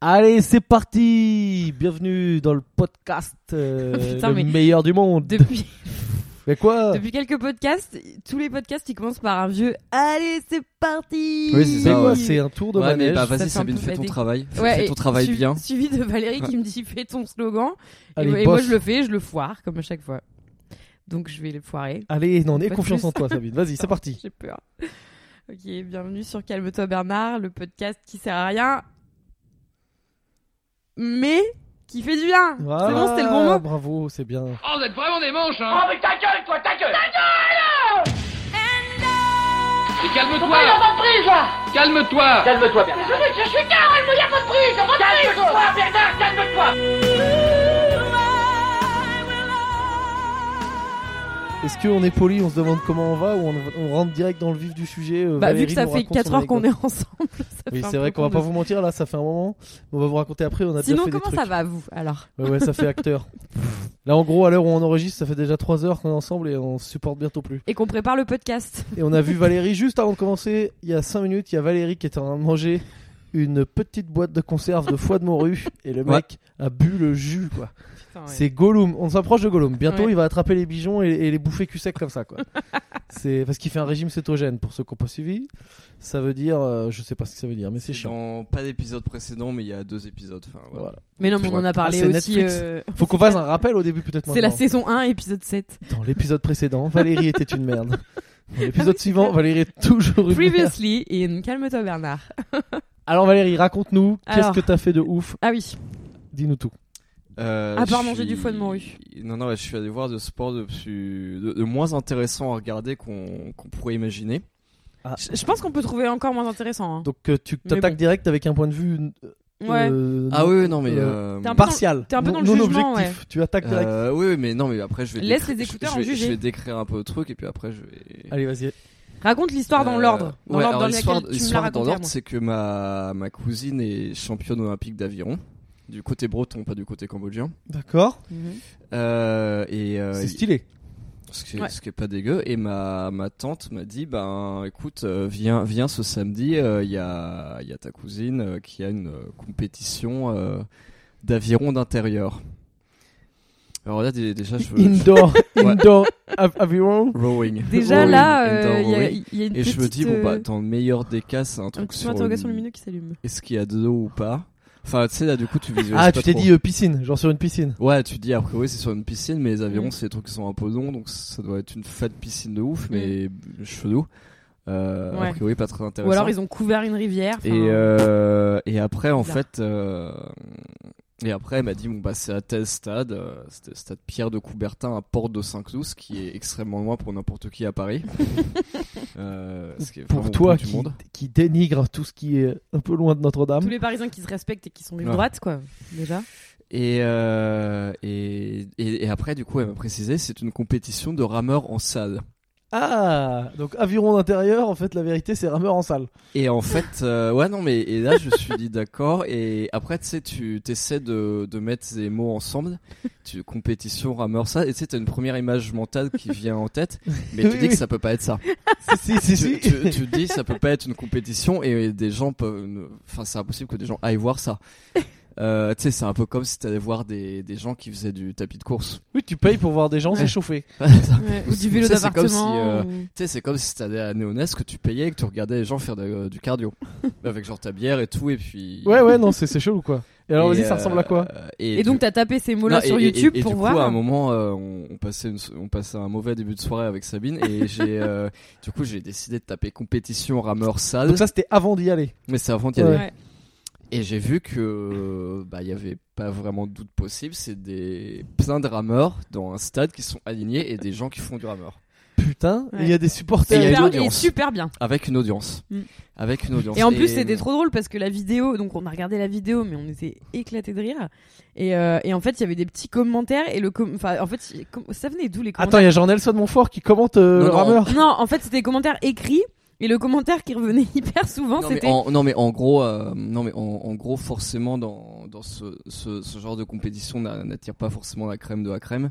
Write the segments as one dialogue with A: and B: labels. A: Allez, c'est parti Bienvenue dans le podcast euh,
B: Putain,
A: le
B: mais-
A: meilleur du monde.
B: Depuis,
A: Mais quoi
B: depuis quelques podcasts, tous les podcasts ils commencent par un vieux Allez, c'est parti
C: Oui, c'est
A: C'est
C: ça,
A: quoi
C: ouais.
A: C'est un tour de
C: ouais, mais
A: manège.
C: bah,
B: ça
C: vas-y,
B: fait un
C: Sabine,
B: peu
C: fais ton
B: badé.
C: travail. Fais-
B: Ouais,
C: fais
B: et
C: ton travail
B: suivi-
C: bien.
B: Suivi de Valérie qui me dit Fais ton slogan. Et
A: Allez,
B: moi- et moi
A: bosse.
B: je le fais, je le foire comme à chaque fois. Donc je vais le foirer.
A: Allez, non, aie
B: Pas
A: confiance
B: plus.
A: en toi, Sabine. Vas-y, c'est parti.
B: J'ai peur. Ok, bienvenue sur Calme-toi Bernard, le podcast qui sert à rien, mais qui fait du bien. C'est bon, c'était le bon
A: Ah,
B: mot.
A: Bravo, c'est bien.
D: Oh, vous êtes vraiment des manches, hein Oh, mais ta gueule, toi, ta gueule Ta gueule Mais calme-toi
E: Il n'y a Ah, pas de prise là
D: Calme-toi
E: Calme-toi, Bernard Je suis, je suis calme, il n'y a pas de prise, il n'y a pas de prise Calme-toi, Bernard, calme-toi
A: Est-ce qu'on est poli, on se demande comment on va ou on, on rentre direct dans le vif du sujet euh,
B: Bah,
A: Valérie
B: vu que ça
A: nous
B: fait
A: raconte
B: 4
A: son
B: heures qu'on est
A: anecdote.
B: ensemble, ça
A: Oui,
B: fait un
A: c'est
B: peu
A: vrai qu'on va
B: qu'on
A: pas
B: ne-
A: vous mentir, là, ça fait un moment. Mais On va vous raconter après, on a déjà fait
B: Sinon,
A: des
B: comment
A: trucs.
B: ça va vous alors
A: Ouais, ouais, ça fait acteur. Là, en gros, à l'heure où on enregistre, ça fait déjà 3 heures qu'on est ensemble et on se supporte bientôt plus.
B: Et qu'on prépare le podcast.
A: Et on a vu Valérie juste avant de commencer, il y a 5 minutes, il y a Valérie qui était en train de manger une petite boîte de conserve de foie de morue et le mec a bu le jus quoi. C'est Gollum, on s'approche de Gollum. Bientôt
B: Ouais.
A: il va attraper les pigeons et, et les bouffer cul sec comme ça quoi. c'est parce qu'il fait un régime cétogène pour ceux qui n'ont pas suivi. Ça veut dire euh, je sais pas ce que ça veut dire mais c'est chiant.
C: Dans pas d'épisode précédent, mais il y a deux épisodes. Enfin, voilà.
A: Voilà.
B: Mais non, mais on en a
A: Ah,
B: parlé
A: c'est
B: aussi.
A: Netflix.
B: euh,
A: Faut qu'on fasse un rappel au début peut-être
B: C'est la
A: maintenant.
B: saison 1, épisode 7.
A: Dans l'épisode précédent, Valérie était une merde. Dans l'épisode suivant, Valérie est toujours une merde.
B: Previously in Calme-toi Bernard.
A: Alors Valérie, raconte-nous qu'est-ce
B: Alors.
A: que t'as fait de ouf
B: Ah oui,
A: Dis-nous tout.
C: Euh,
B: À part
C: je
B: manger du foie de morue.
C: Non, non, ouais, je suis allé voir de sports de, plus- de, de moins intéressants à regarder qu'on qu'on pourrait imaginer.
B: je je pense qu'on peut trouver encore moins intéressant. hein.
A: Donc euh, tu
B: Mais
A: t'attaques
B: bon.
A: direct avec un point de vue
B: ouais.
A: euh,
C: Ah oui, oui, non, mais.
A: euh,
B: t'es un
C: euh,
B: peu dans
A: partial.
B: t'es un peu
A: non-
B: dans le
A: non
B: jugement,
A: objectif. Tu attaques direct.
C: euh, oui, oui, mais non, mais après je vais.
B: Laisse
C: décrire-
B: les
C: je-
B: écouteurs
C: je,
B: en
C: vais- je
B: juger.
C: vais décrire un peu le truc et puis après je vais.
A: Allez, vas-y.
B: Raconte l'histoire dans
C: Euh,
B: l'ordre. Dans
C: ouais,
B: l'ordre
C: alors
B: dans lequel
C: l'histoire-
B: tu me
C: l'histoire
B: l'as
C: dans
B: raconté. à
C: l'ordre,
B: moi.
C: c'est que ma, ma cousine est championne olympique d'aviron, du côté breton, pas du côté cambodgien.
A: D'accord.
B: Mhm.
C: Euh, et euh,
A: c'est stylé.
C: ce qui, est,
B: Ouais.
C: ce qui est pas dégueu. Et ma, ma tante m'a dit, ben écoute, euh, viens, viens ce samedi, euh, il y, a, il y a ta cousine euh, qui a une euh, compétition euh, d'aviron d'intérieur. Alors là, dé- déjà, je veux...
A: Indoor, indoor, av- aviron.
C: Rowing.
B: Déjà
C: Rowing,
B: là,
C: indoor
B: euh, il y a-
C: rowing.
B: il y a une
C: Et
B: petite.
C: je me dis, bon,
B: euh,
C: bah, dans le meilleur des cas, c'est un
B: Un
C: truc
B: petit
C: sur...
B: point d'interrogation
C: une-
B: lumineux qui s'allume.
C: Est-ce qu'il y a de l'eau ou pas Enfin, tu sais, là, du coup, tu visualises
A: Ah,
C: pas
A: tu t'es
C: trop.
A: dit euh, piscine, genre sur une piscine.
C: Ouais, tu dis, a priori, c'est sur une piscine, mais les avirons,
B: Mm.
C: c'est des trucs qui sont un peu longs, donc ça doit être une fat piscine de ouf, mais chelou. Euh,
B: Ouais.
C: A priori, pas très intéressant.
B: Ou alors ils ont couvert une rivière. enfin,
C: Et, euh, et après, en
B: Bizarre.
C: fait, euh, et après, elle m'a dit, bon, bah, c'est à tel stade, euh, c'était le stade Pierre de Coubertin à Porte de Saint-Cloud, qui est extrêmement loin pour n'importe qui à Paris. Euh, ce qui est vraiment
A: Pour
C: au
A: toi
C: bout du
A: qui,
C: monde.
A: qui dénigre tout ce qui est un peu loin de
B: Tous
A: Notre-Dame.
B: les Parisiens qui se respectent et qui sont rive
C: Ouais.
B: droite, quoi. Déjà.
C: Et, euh, et, et, et après, du coup, elle m'a précisé, c'est une compétition de rameurs en salle.
A: Ah, donc aviron d'intérieur, en fait, la vérité, c'est rameur en salle.
C: Et en fait, euh, ouais, non, mais et là, je me suis dit d'accord. Et après, tu sais, tu essaies de, de mettre ces mots ensemble. Tu compétition, rameur, ça. Et tu sais, t'as une première image mentale qui vient en tête, mais tu
A: Oui,
C: dis que
A: oui.
C: ça peut pas être ça.
A: si, si,
C: tu,
A: si.
C: tu, tu dis ça peut pas être une compétition et des gens peuvent. ne- Enfin, c'est impossible que des gens aillent voir ça. Euh, tu sais, c'est un peu comme si t'allais voir des, des gens qui faisaient du tapis de course.
A: Oui, tu payes pour voir des gens
C: Ouais.
A: s'échauffer.
B: Ou du vélo
C: Ça, c'est comme si,
B: d'appartement.
C: euh,
B: ou-
C: Tu sais, c'est comme si t'allais à Néonès que tu payais et que tu regardais les gens faire de- euh, du cardio. Avec genre ta bière et tout, et puis.
A: Ouais, ouais, non, c'est c'est chelou quoi. Et alors,
C: Et,
A: vas-y, ça
C: euh,
A: ressemble à quoi
C: et,
B: Et donc
C: du-
B: t'as tapé ces mots-là
C: non,
B: sur
C: et- et-
B: YouTube
C: et
B: pour
C: du
B: voir.
C: Coup, à un moment, euh, on, on passait une so- on passait un mauvais début de soirée avec Sabine et j'ai euh, du coup j'ai décidé de taper compétition rameur salle.
A: Donc, ça, c'était avant d'y aller.
C: Mais c'est avant euh, d'y aller.
B: Ouais.
C: Et j'ai vu que euh, bah il y avait pas vraiment de doute possible. C'est des plein de rameurs dans un stade qui sont alignés et des gens qui font du rameur
A: Putain,
B: Ouais.
A: il y a des supporters.
C: Et il y a une
B: Super, et
C: audience.
B: super bien.
C: avec une audience.
B: Mm.
C: Avec une audience.
B: Et en plus, c'était trop drôle parce que la vidéo, donc on a regardé la vidéo, mais on était éclatés de rire. Et, euh, et en fait, il y avait des petits commentaires et le, com- enfin, en fait, com- ça venait d'où les
A: Attends,
B: commentaires
A: il y a Jean-Nelson Montfort qui commente euh,
C: Non,
A: le
C: non.
A: rameur.
B: Non, en fait, c'était des commentaires écrits et le commentaire qui revenait hyper souvent,
C: Non mais,
B: c'était.
C: en, non mais en gros, euh, non mais en, en gros forcément dans, dans ce, ce, ce genre de compétition n'a- n'attire pas forcément la crème de la crème.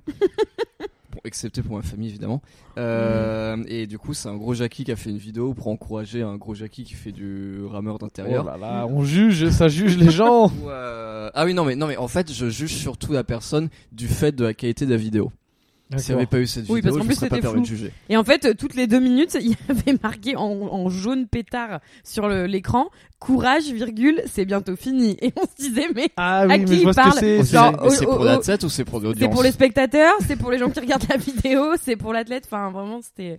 C: Bon, excepté pour ma famille évidemment. Euh, Et du coup, c'est un gros Jackie qui a fait une vidéo pour encourager un gros Jackie qui fait du rameur d'intérieur.
A: Oh là là, on juge, ça juge les gens.
C: Ou, euh, Ah oui, non mais, non, mais en fait, je juge surtout la personne du fait de la qualité de la vidéo. S'il n'y avait pas eu cette
B: Oui, parce
C: vidéo,
B: qu'en
C: je ne
B: plus,
C: serais pas
B: c'était
C: permis de
B: flou.
C: juger.
B: Et en fait, euh, toutes les deux minutes, il y avait marqué en, en jaune pétard sur le- l'écran Courage, virgule, c'est bientôt fini. Et on se disait, mais
A: Ah
B: À
A: oui,
B: qui
A: mais je vois
B: il
A: ce que
B: parle
A: c'est.
C: Mais
A: c'est-
C: C'est
B: genre-
C: mais
B: oh,
C: c'est
B: oh,
C: pour
B: oh.
C: l'athlète ou c'est pour l'audience
B: c'est pour les spectateurs, c'est pour les gens qui regardent la vidéo, c'est pour l'athlète. Enfin, vraiment, c'était.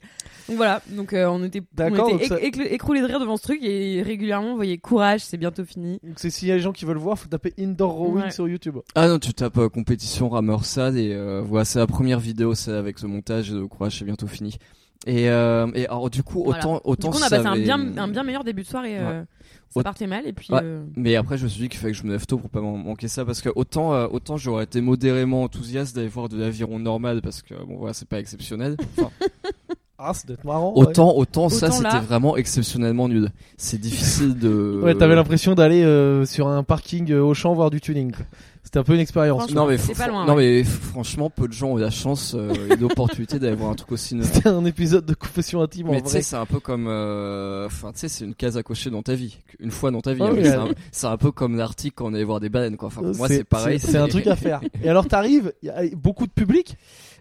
B: Donc voilà, donc euh, on était, on
A: D'accord,
B: était
A: donc
B: éc- éc- écroulés de rire devant ce truc et régulièrement, on voyait Courage, c'est bientôt fini.
A: Donc c'est s'il y a des gens qui veulent voir, faut taper indoor rowing
B: Ouais.
A: sur YouTube.
C: Ah non, tu tapes euh, compétition rameur sad et euh, voilà, c'est la première vidéo, c'est avec ce montage de courage, c'est bientôt fini. Et, euh, et alors du coup,
B: Voilà.
C: autant
B: Du
C: autant
B: coup, on
C: ça
B: a passé un
C: avait-
B: bien, un bien meilleur début de soirée. euh, Ça
C: Au-
B: partait mal et puis.
C: Ouais.
B: euh,
C: Mais après, je me suis dit qu'il fallait que je me lève tôt pour pas m'en- manquer ça parce que autant euh, autant j'aurais été modérément enthousiaste d'aller voir de l'aviron normal parce que bon voilà, c'est pas exceptionnel. Enfin,
A: Ah, c'est d'être marrant. ouais.
C: autant, autant ça
B: Oh, Autant là-
C: c'était vraiment exceptionnellement nul. C'est difficile de
A: Ouais, t'avais l'impression d'aller euh, sur un parking euh, au champ voir du tuning. quoi. C'était un peu une expérience.
B: Franchement.
C: Non mais,
B: C'est
C: fr-
B: pas loin,
C: non, mais fr- franchement, peu de gens ont la chance euh, et l'opportunité d'aller voir un truc aussi neuf.
A: C'était un épisode de confession intime en
C: Mais tu
A: vrai.
C: sais, c'est un peu comme. euh, Enfin, tu sais, c'est une case à cocher dans ta vie. Une fois dans ta vie.
A: Ouais,
C: hein.
A: Oh, ouais.
C: C'est un- C'est un, peu comme l'Arctique quand on allait voir des baleines, quoi. Enfin, pour moi, c'est pareil.
A: C'est un truc à faire. Et alors t'arrives, il y a beaucoup de public.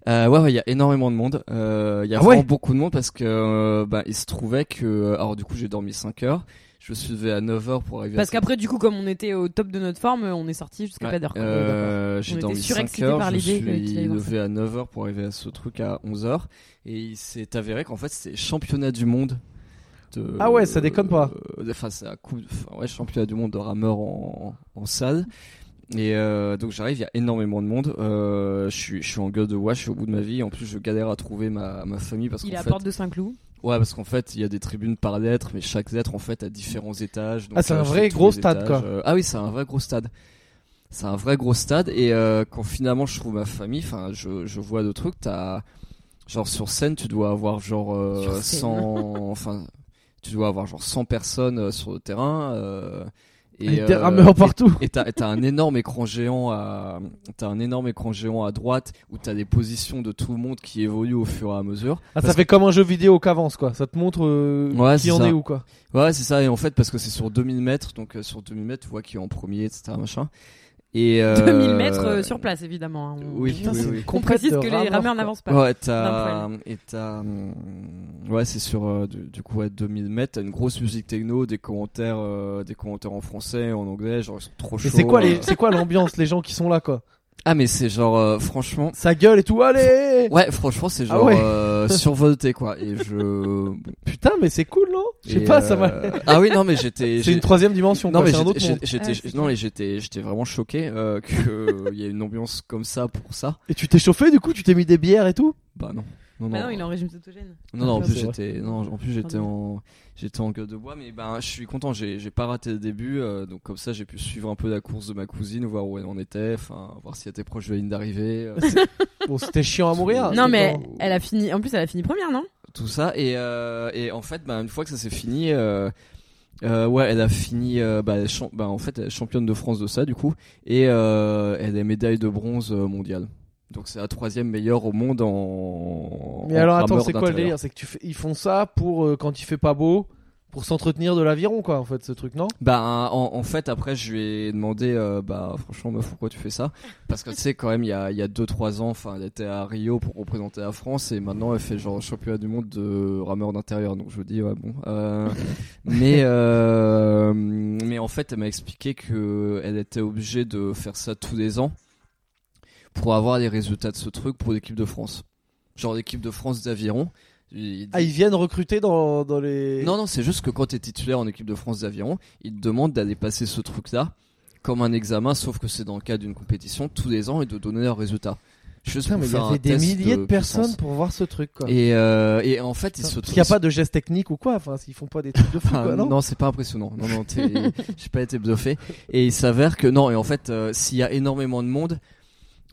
C: Euh, ouais, ouais, il y a énormément de monde. Euh, Il y a
A: Ah
C: vraiment
A: ouais
C: beaucoup de monde parce que. euh, bah, il se trouvait que. euh, Alors, du coup, j'ai dormi 5 heures. Je me suis levé à 9 heures pour arriver
B: Parce
C: à.
B: qu'après, du coup, comme on était au top de notre forme, on est sorti jusqu'à
C: Ouais,
B: pas d'heure. quoi.
C: euh,
B: On
C: J'ai
B: était
C: dormi 5
B: surexcités
C: heures,
B: par
C: je
B: l'idée
C: suis
B: que tu allais voir
C: levé à 9 heures pour arriver à ce truc à 11 heures. Et il s'est avéré qu'en fait, c'était championnat du monde. de-
A: Ah ouais, ça déconne pas.
C: euh, Enfin, c'est la coupe, enfin, ouais, championnat du monde de rameur en, en salle. Et euh, donc j'arrive, il y a énormément de monde. Euh, je, suis, je suis en gueule de bois, je suis au bout de ma vie. En plus, je galère à trouver ma, ma famille parce
B: Il est
C: qu'en
B: à
C: fait,
B: Porte de Saint-Cloud.
C: ouais, parce qu'en fait, il y a des tribunes par lettre, mais chaque lettre en fait a différents étages. Donc,
A: Ah, c'est
C: euh,
A: un
C: je
A: vrai
C: fais tous
A: gros
C: les
A: stade,
C: étages.
A: quoi.
C: Euh, ah oui, c'est un vrai gros stade. C'est un vrai gros stade. Et euh, quand finalement je trouve ma famille, enfin, je, je vois d'autres trucs. T'as genre sur scène, tu dois avoir genre euh,
B: Sur scène.
C: 100, enfin, tu dois avoir genre 100 personnes euh, sur le terrain. euh,
A: Et
C: euh,
A: des rameurs partout.
C: et t'as, t'as un énorme écran géant à, t'as un énorme écran géant à droite où t'as des positions de tout le monde qui évoluent au fur et à mesure.
A: Ah, ça
C: parce
A: fait comme un jeu vidéo qu'avance quoi. Ça te montre euh,
C: Ouais,
A: qui
C: c'est
A: en
C: ça.
A: est où quoi.
C: Ouais, c'est ça. Et en fait, parce que c'est sur 2000 mètres, donc euh, sur 2000 mètres, tu vois qui est en premier, etc., machin. Et, euh,
B: 2000 mètres euh, sur place, évidemment. hein. On-
C: Oui,
A: Putain,
C: oui,
A: c'est
C: oui.
A: une
B: On
A: compète
B: précise
A: de
B: que les rameurs
A: quoi.
B: n'avancent pas.
C: Ouais,
B: D'un
C: t'as, et t'as, hum, ouais, c'est sur, euh, du, du coup, à 2000 mètres, t'as une grosse musique techno, des commentaires, euh, des commentaires en français, en anglais, genre, ils sont trop chauds.
A: Mais c'est quoi
C: euh.
A: les, c'est quoi l'ambiance, les gens qui sont là quoi.
C: Ah, mais c'est genre, euh, franchement,
A: Ça gueule et tout. Allez.
C: Ouais, franchement, c'est
A: Ah
C: genre
A: ouais.
C: euh, survolté quoi. Et je.
A: Putain, mais c'est cool non Je sais
C: et,
A: pas, ça m'a.
C: euh, Ah oui, non mais j'étais.
A: C'est
C: j'ai-
A: une troisième dimension.
C: Non
A: quoi,
C: mais
A: c'est un
C: j'étais,
A: autre monde.
C: j'étais- j'étais-
B: Ouais, Ah, c'est
C: non
B: ça.
C: mais j'étais, j'étais vraiment choqué euh, que il y ait une ambiance comme ça pour ça.
A: Et tu t'es chauffé du coup, tu t'es mis des bières et tout.
C: Bah non. Non non.
B: Bah non, il est en régime cétogène.
C: non, non, en
A: Ah,
C: plus
A: c'est vrai.
C: j'étais, non, en plus j'étais
B: Pardon.
C: en, j'étais en gueule de bois, mais ben je suis content, j'ai, j'ai pas raté le début, euh, donc comme ça j'ai pu suivre un peu la course de ma cousine, voir où elle en était, enfin voir si elle était proche de la ligne d'arrivée, euh,
A: Bon, c'était chiant à
C: Ah,
A: mourir.
B: Non, mais
A: Attends.
B: elle a fini. En plus, elle a fini première, non
C: tout ça et, euh, et en fait bah, une fois que ça s'est fini euh, euh, ouais elle a fini euh, bah, elle est cham- bah, en fait elle est championne de France de ça du coup et euh, elle est médaille de bronze euh, mondiale donc c'est la troisième meilleure au monde en
A: Mais
C: en
A: alors attends,
C: rameur
A: c'est quoi le
C: d'intérieur.
A: délire C'est que tu fais... ils font ça pour euh, quand il fait pas beau, pour s'entretenir de l'aviron quoi en fait ce truc non
C: Bah en, en fait après je lui ai demandé euh, bah franchement meuf pourquoi tu fais ça parce que tu sais quand même il y a il y a deux trois ans enfin elle était à Rio pour représenter la France et maintenant elle fait genre championnat du monde de rameur d'intérieur donc je me dis ouais bon euh, mais euh, mais en fait elle m'a expliqué que elle était obligée de faire ça tous les ans pour avoir les résultats de ce truc pour l'équipe de France genre l'équipe de France d'aviron il-
A: Ah, ils viennent recruter dans, dans les.
C: non, non, c'est juste que quand t'es titulaire en équipe de France d'aviron, ils te demandent d'aller passer ce truc-là comme un examen, sauf que c'est dans le cadre d'une compétition tous les ans et de donner un résultat. Juste
A: Putain,
C: pour
A: mais il y
C: faire un
A: avait des
C: test
A: milliers de, personnes
C: puissance.
A: pour voir ce truc quoi.
C: Et, euh, et en fait, ils
A: Putain,
C: se
A: parce qu'il n'y a pas de geste technique ou quoi Enfin, s'ils font pas des trucs de fou
C: Enfin,
A: quoi, non,
C: non, c'est pas impressionnant. Non, non, t'es- j'ai pas été bluffé. Et il s'avère que non. Et en fait, euh, s'il y a énormément de monde,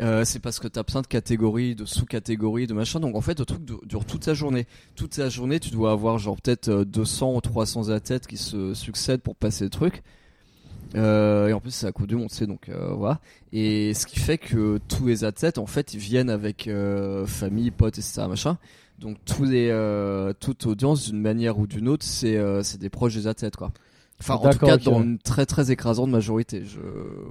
C: euh, c'est parce que t'as plein de catégories, de sous-catégories, de machin. Donc en fait, le truc du- dure toute la journée. Toute la journée, tu dois avoir genre peut-être euh, 200 ou 300 athlètes qui se succèdent pour passer le truc. Euh, et en plus, c'est la Coupe du Monde, c'est donc euh, voilà. Et ce qui fait que tous les athlètes, en fait, ils viennent avec euh, famille, potes, etc., machin. Donc tous les, euh, toute audience, d'une manière ou d'une autre, c'est euh, c'est des proches des athlètes, quoi. Enfin, en tout
A: D'accord,
C: cas,
A: ok,
C: dans
A: ouais.
C: une très très écrasante majorité. Je...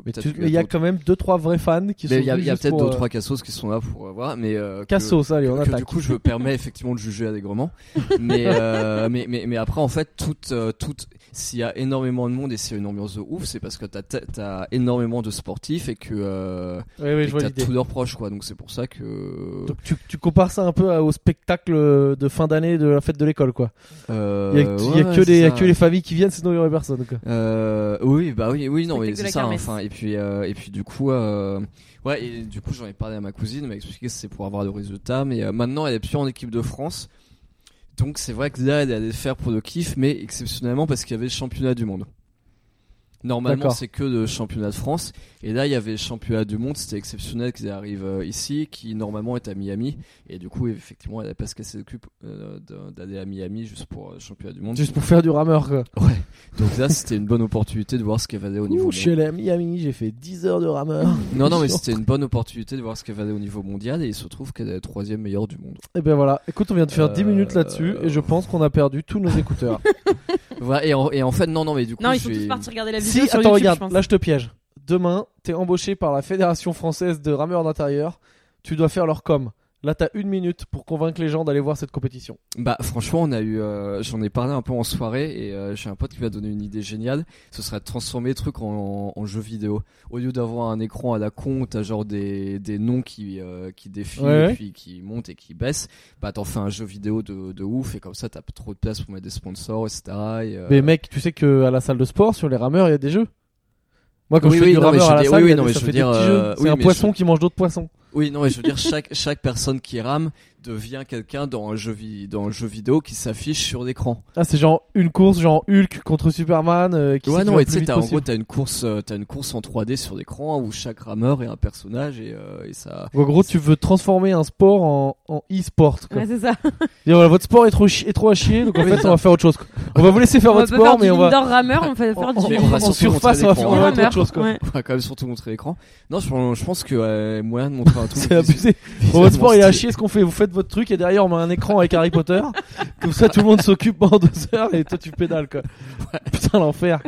A: Mais
C: peut-être
A: tu-
C: qu'il
A: mais il y a
C: d'autres-
A: quand même 2-3 vrais fans qui
C: mais
A: sont
C: il y a,
A: venus
C: il y a
A: juste
C: peut-être
A: pour,
C: deux
A: euh,
C: trois cassos qui sont là pour euh, voir, mais euh, que-
A: Cassos, allez, on
C: que
A: attaque.
C: du coup je me permets effectivement de juger allègrement mais, euh, mais, mais, mais après en fait toute, euh, toute, s'il y a énormément de monde et s'il y a une ambiance de ouf c'est parce que t'as as énormément de sportifs et que euh,
A: Oui, oui,
C: et
A: je
C: que
A: vois
C: t'as
A: l'idée.
C: tous leurs proches quoi donc c'est pour ça que
A: Donc tu, tu compares ça un peu à- au spectacle euh, de fin d'année de la fête de l'école, quoi. Il y a,
C: euh,
A: il y a
C: ouais,
A: que
C: ouais,
A: des, il y a
C: c'est ça.
A: que les familles qui viennent, sinon il y aurait personne, quoi.
C: Euh, oui, bah oui, oui, non,
B: Spectacle
C: mais
B: de
C: c'est
B: la
C: ça. hein,
B: kermesse.
C: Enfin, et puis, euh, et puis du coup, euh, ouais, et du coup, j'en ai parlé à ma cousine, elle m'a expliqué que c'est pour avoir le résultat, mais euh, maintenant, elle est plus en équipe de France. Donc, c'est vrai que là, elle allait le faire pour le kiff, mais exceptionnellement parce qu'il y avait le championnat du monde. Normalement,
A: D'accord.
C: c'est que le championnat de France. Et là, il y avait le championnat du monde. C'était exceptionnel qu'ils arrivent euh, ici, qui normalement est à Miami. Et du coup, effectivement, elle a pas ce qu'elle s'occupe euh, de- d'aller à Miami juste pour euh, le championnat du monde.
A: Juste pour faire du rameur, quoi.
C: Ouais. Donc là, c'était une bonne opportunité de voir ce qu'elle valait au niveau
A: Ouh, je suis
C: mondial.
A: allé à Miami, j'ai fait 10 heures de rameur.
C: Non, non, mais
A: Chiant.
C: c'était une bonne opportunité de voir ce qu'elle valait au niveau mondial et il se trouve qu'elle est la troisième meilleure du monde.
A: Et ben voilà, écoute, on vient de faire 10
C: Euh,
A: minutes là-dessus et je pense qu'on a perdu tous nos écouteurs.
C: Voilà, et, en, et en fait, non, non, mais du coup,
B: Non, ils
C: je
B: sont
C: vais-
B: tous partis regarder la
A: si,
B: vidéo sur
A: attends,
B: YouTube,
A: regarde,
B: je pense.
A: là je te piège. Demain, t'es embauché par la Fédération Française de Rameurs d'Intérieur, tu dois faire leur com. Là, t'as une minute pour convaincre les gens d'aller voir cette compétition.
C: Bah, franchement, on a eu, euh, j'en ai parlé un peu en soirée et euh, j'ai un pote qui m'a donné une idée géniale. Ce serait de transformer le truc en, en jeu vidéo. Au lieu d'avoir un écran à la con, où t'as genre des, des noms qui, euh, qui défilent
A: Ouais.
C: et puis qui montent et qui baissent. Bah, t'en fais un jeu vidéo de, de ouf et comme ça, t'as trop de place pour mettre des sponsors, etc. et, euh,
A: Mais mec, tu sais que à la salle de sport, sur les rameurs, il y a des jeux. Moi, quand
C: Oui,
A: je fais
C: oui,
A: du
C: non, mais
A: rameur
C: je
A: à la
C: dis-
A: salle,
C: oui, oui,
A: il y a
C: non,
A: des-
C: mais
A: ça
C: je
A: fait
C: veux
A: des
C: dire,
A: petits
C: euh,
A: jeux. C'est
C: oui,
A: un
C: mais
A: poisson
C: je-
A: qui mange d'autres poissons.
C: Oui, non, mais je veux dire, chaque, chaque personne qui rame devient quelqu'un dans un jeu, vi- dans un jeu vidéo qui s'affiche sur l'écran.
A: Ah, c'est genre une course, genre Hulk contre Superman. euh, qui
C: Ouais,
A: c'est qui
C: non,
A: va
C: et
A: le
C: tu
A: plus
C: sais,
A: vite
C: t'as- en gros,
A: possible.
C: t'as une course, euh, t'as une course en 3D sur l'écran hein, où chaque rameur est un personnage et, euh, et ça.
A: En gros, tu veux transformer un sport en, en e-sport. quoi.
B: Ouais, c'est ça.
A: Et voilà, votre sport est trop, chi- est trop à chier, donc en
C: Oui,
A: fait,
C: ça.
A: on va faire autre chose. quoi. On va vous laisser faire
B: on va
A: votre
B: pas faire
A: sport, mais
B: du
A: on va.
B: indoor rameur, on va faire
A: en-
B: du
C: Mais
A: en-
C: on va
A: en
C: surtout
A: surface,
C: montrer
A: on va faire
C: des points.
A: on va faire
B: rameur.
A: autre chose, quoi.
B: Ouais.
C: On va quand même surtout montrer l'écran. Non, je, pense- je pense que euh, moyen de montrer un truc.
A: C'est abusé. Pour votre sport, il est à chier ce qu'on fait. Vous faites votre truc et derrière, on met un écran avec Harry Potter. Comme ça, tout le monde s'occupe pendant deux heures et toi, tu pédales, quoi. Putain, l'enfer.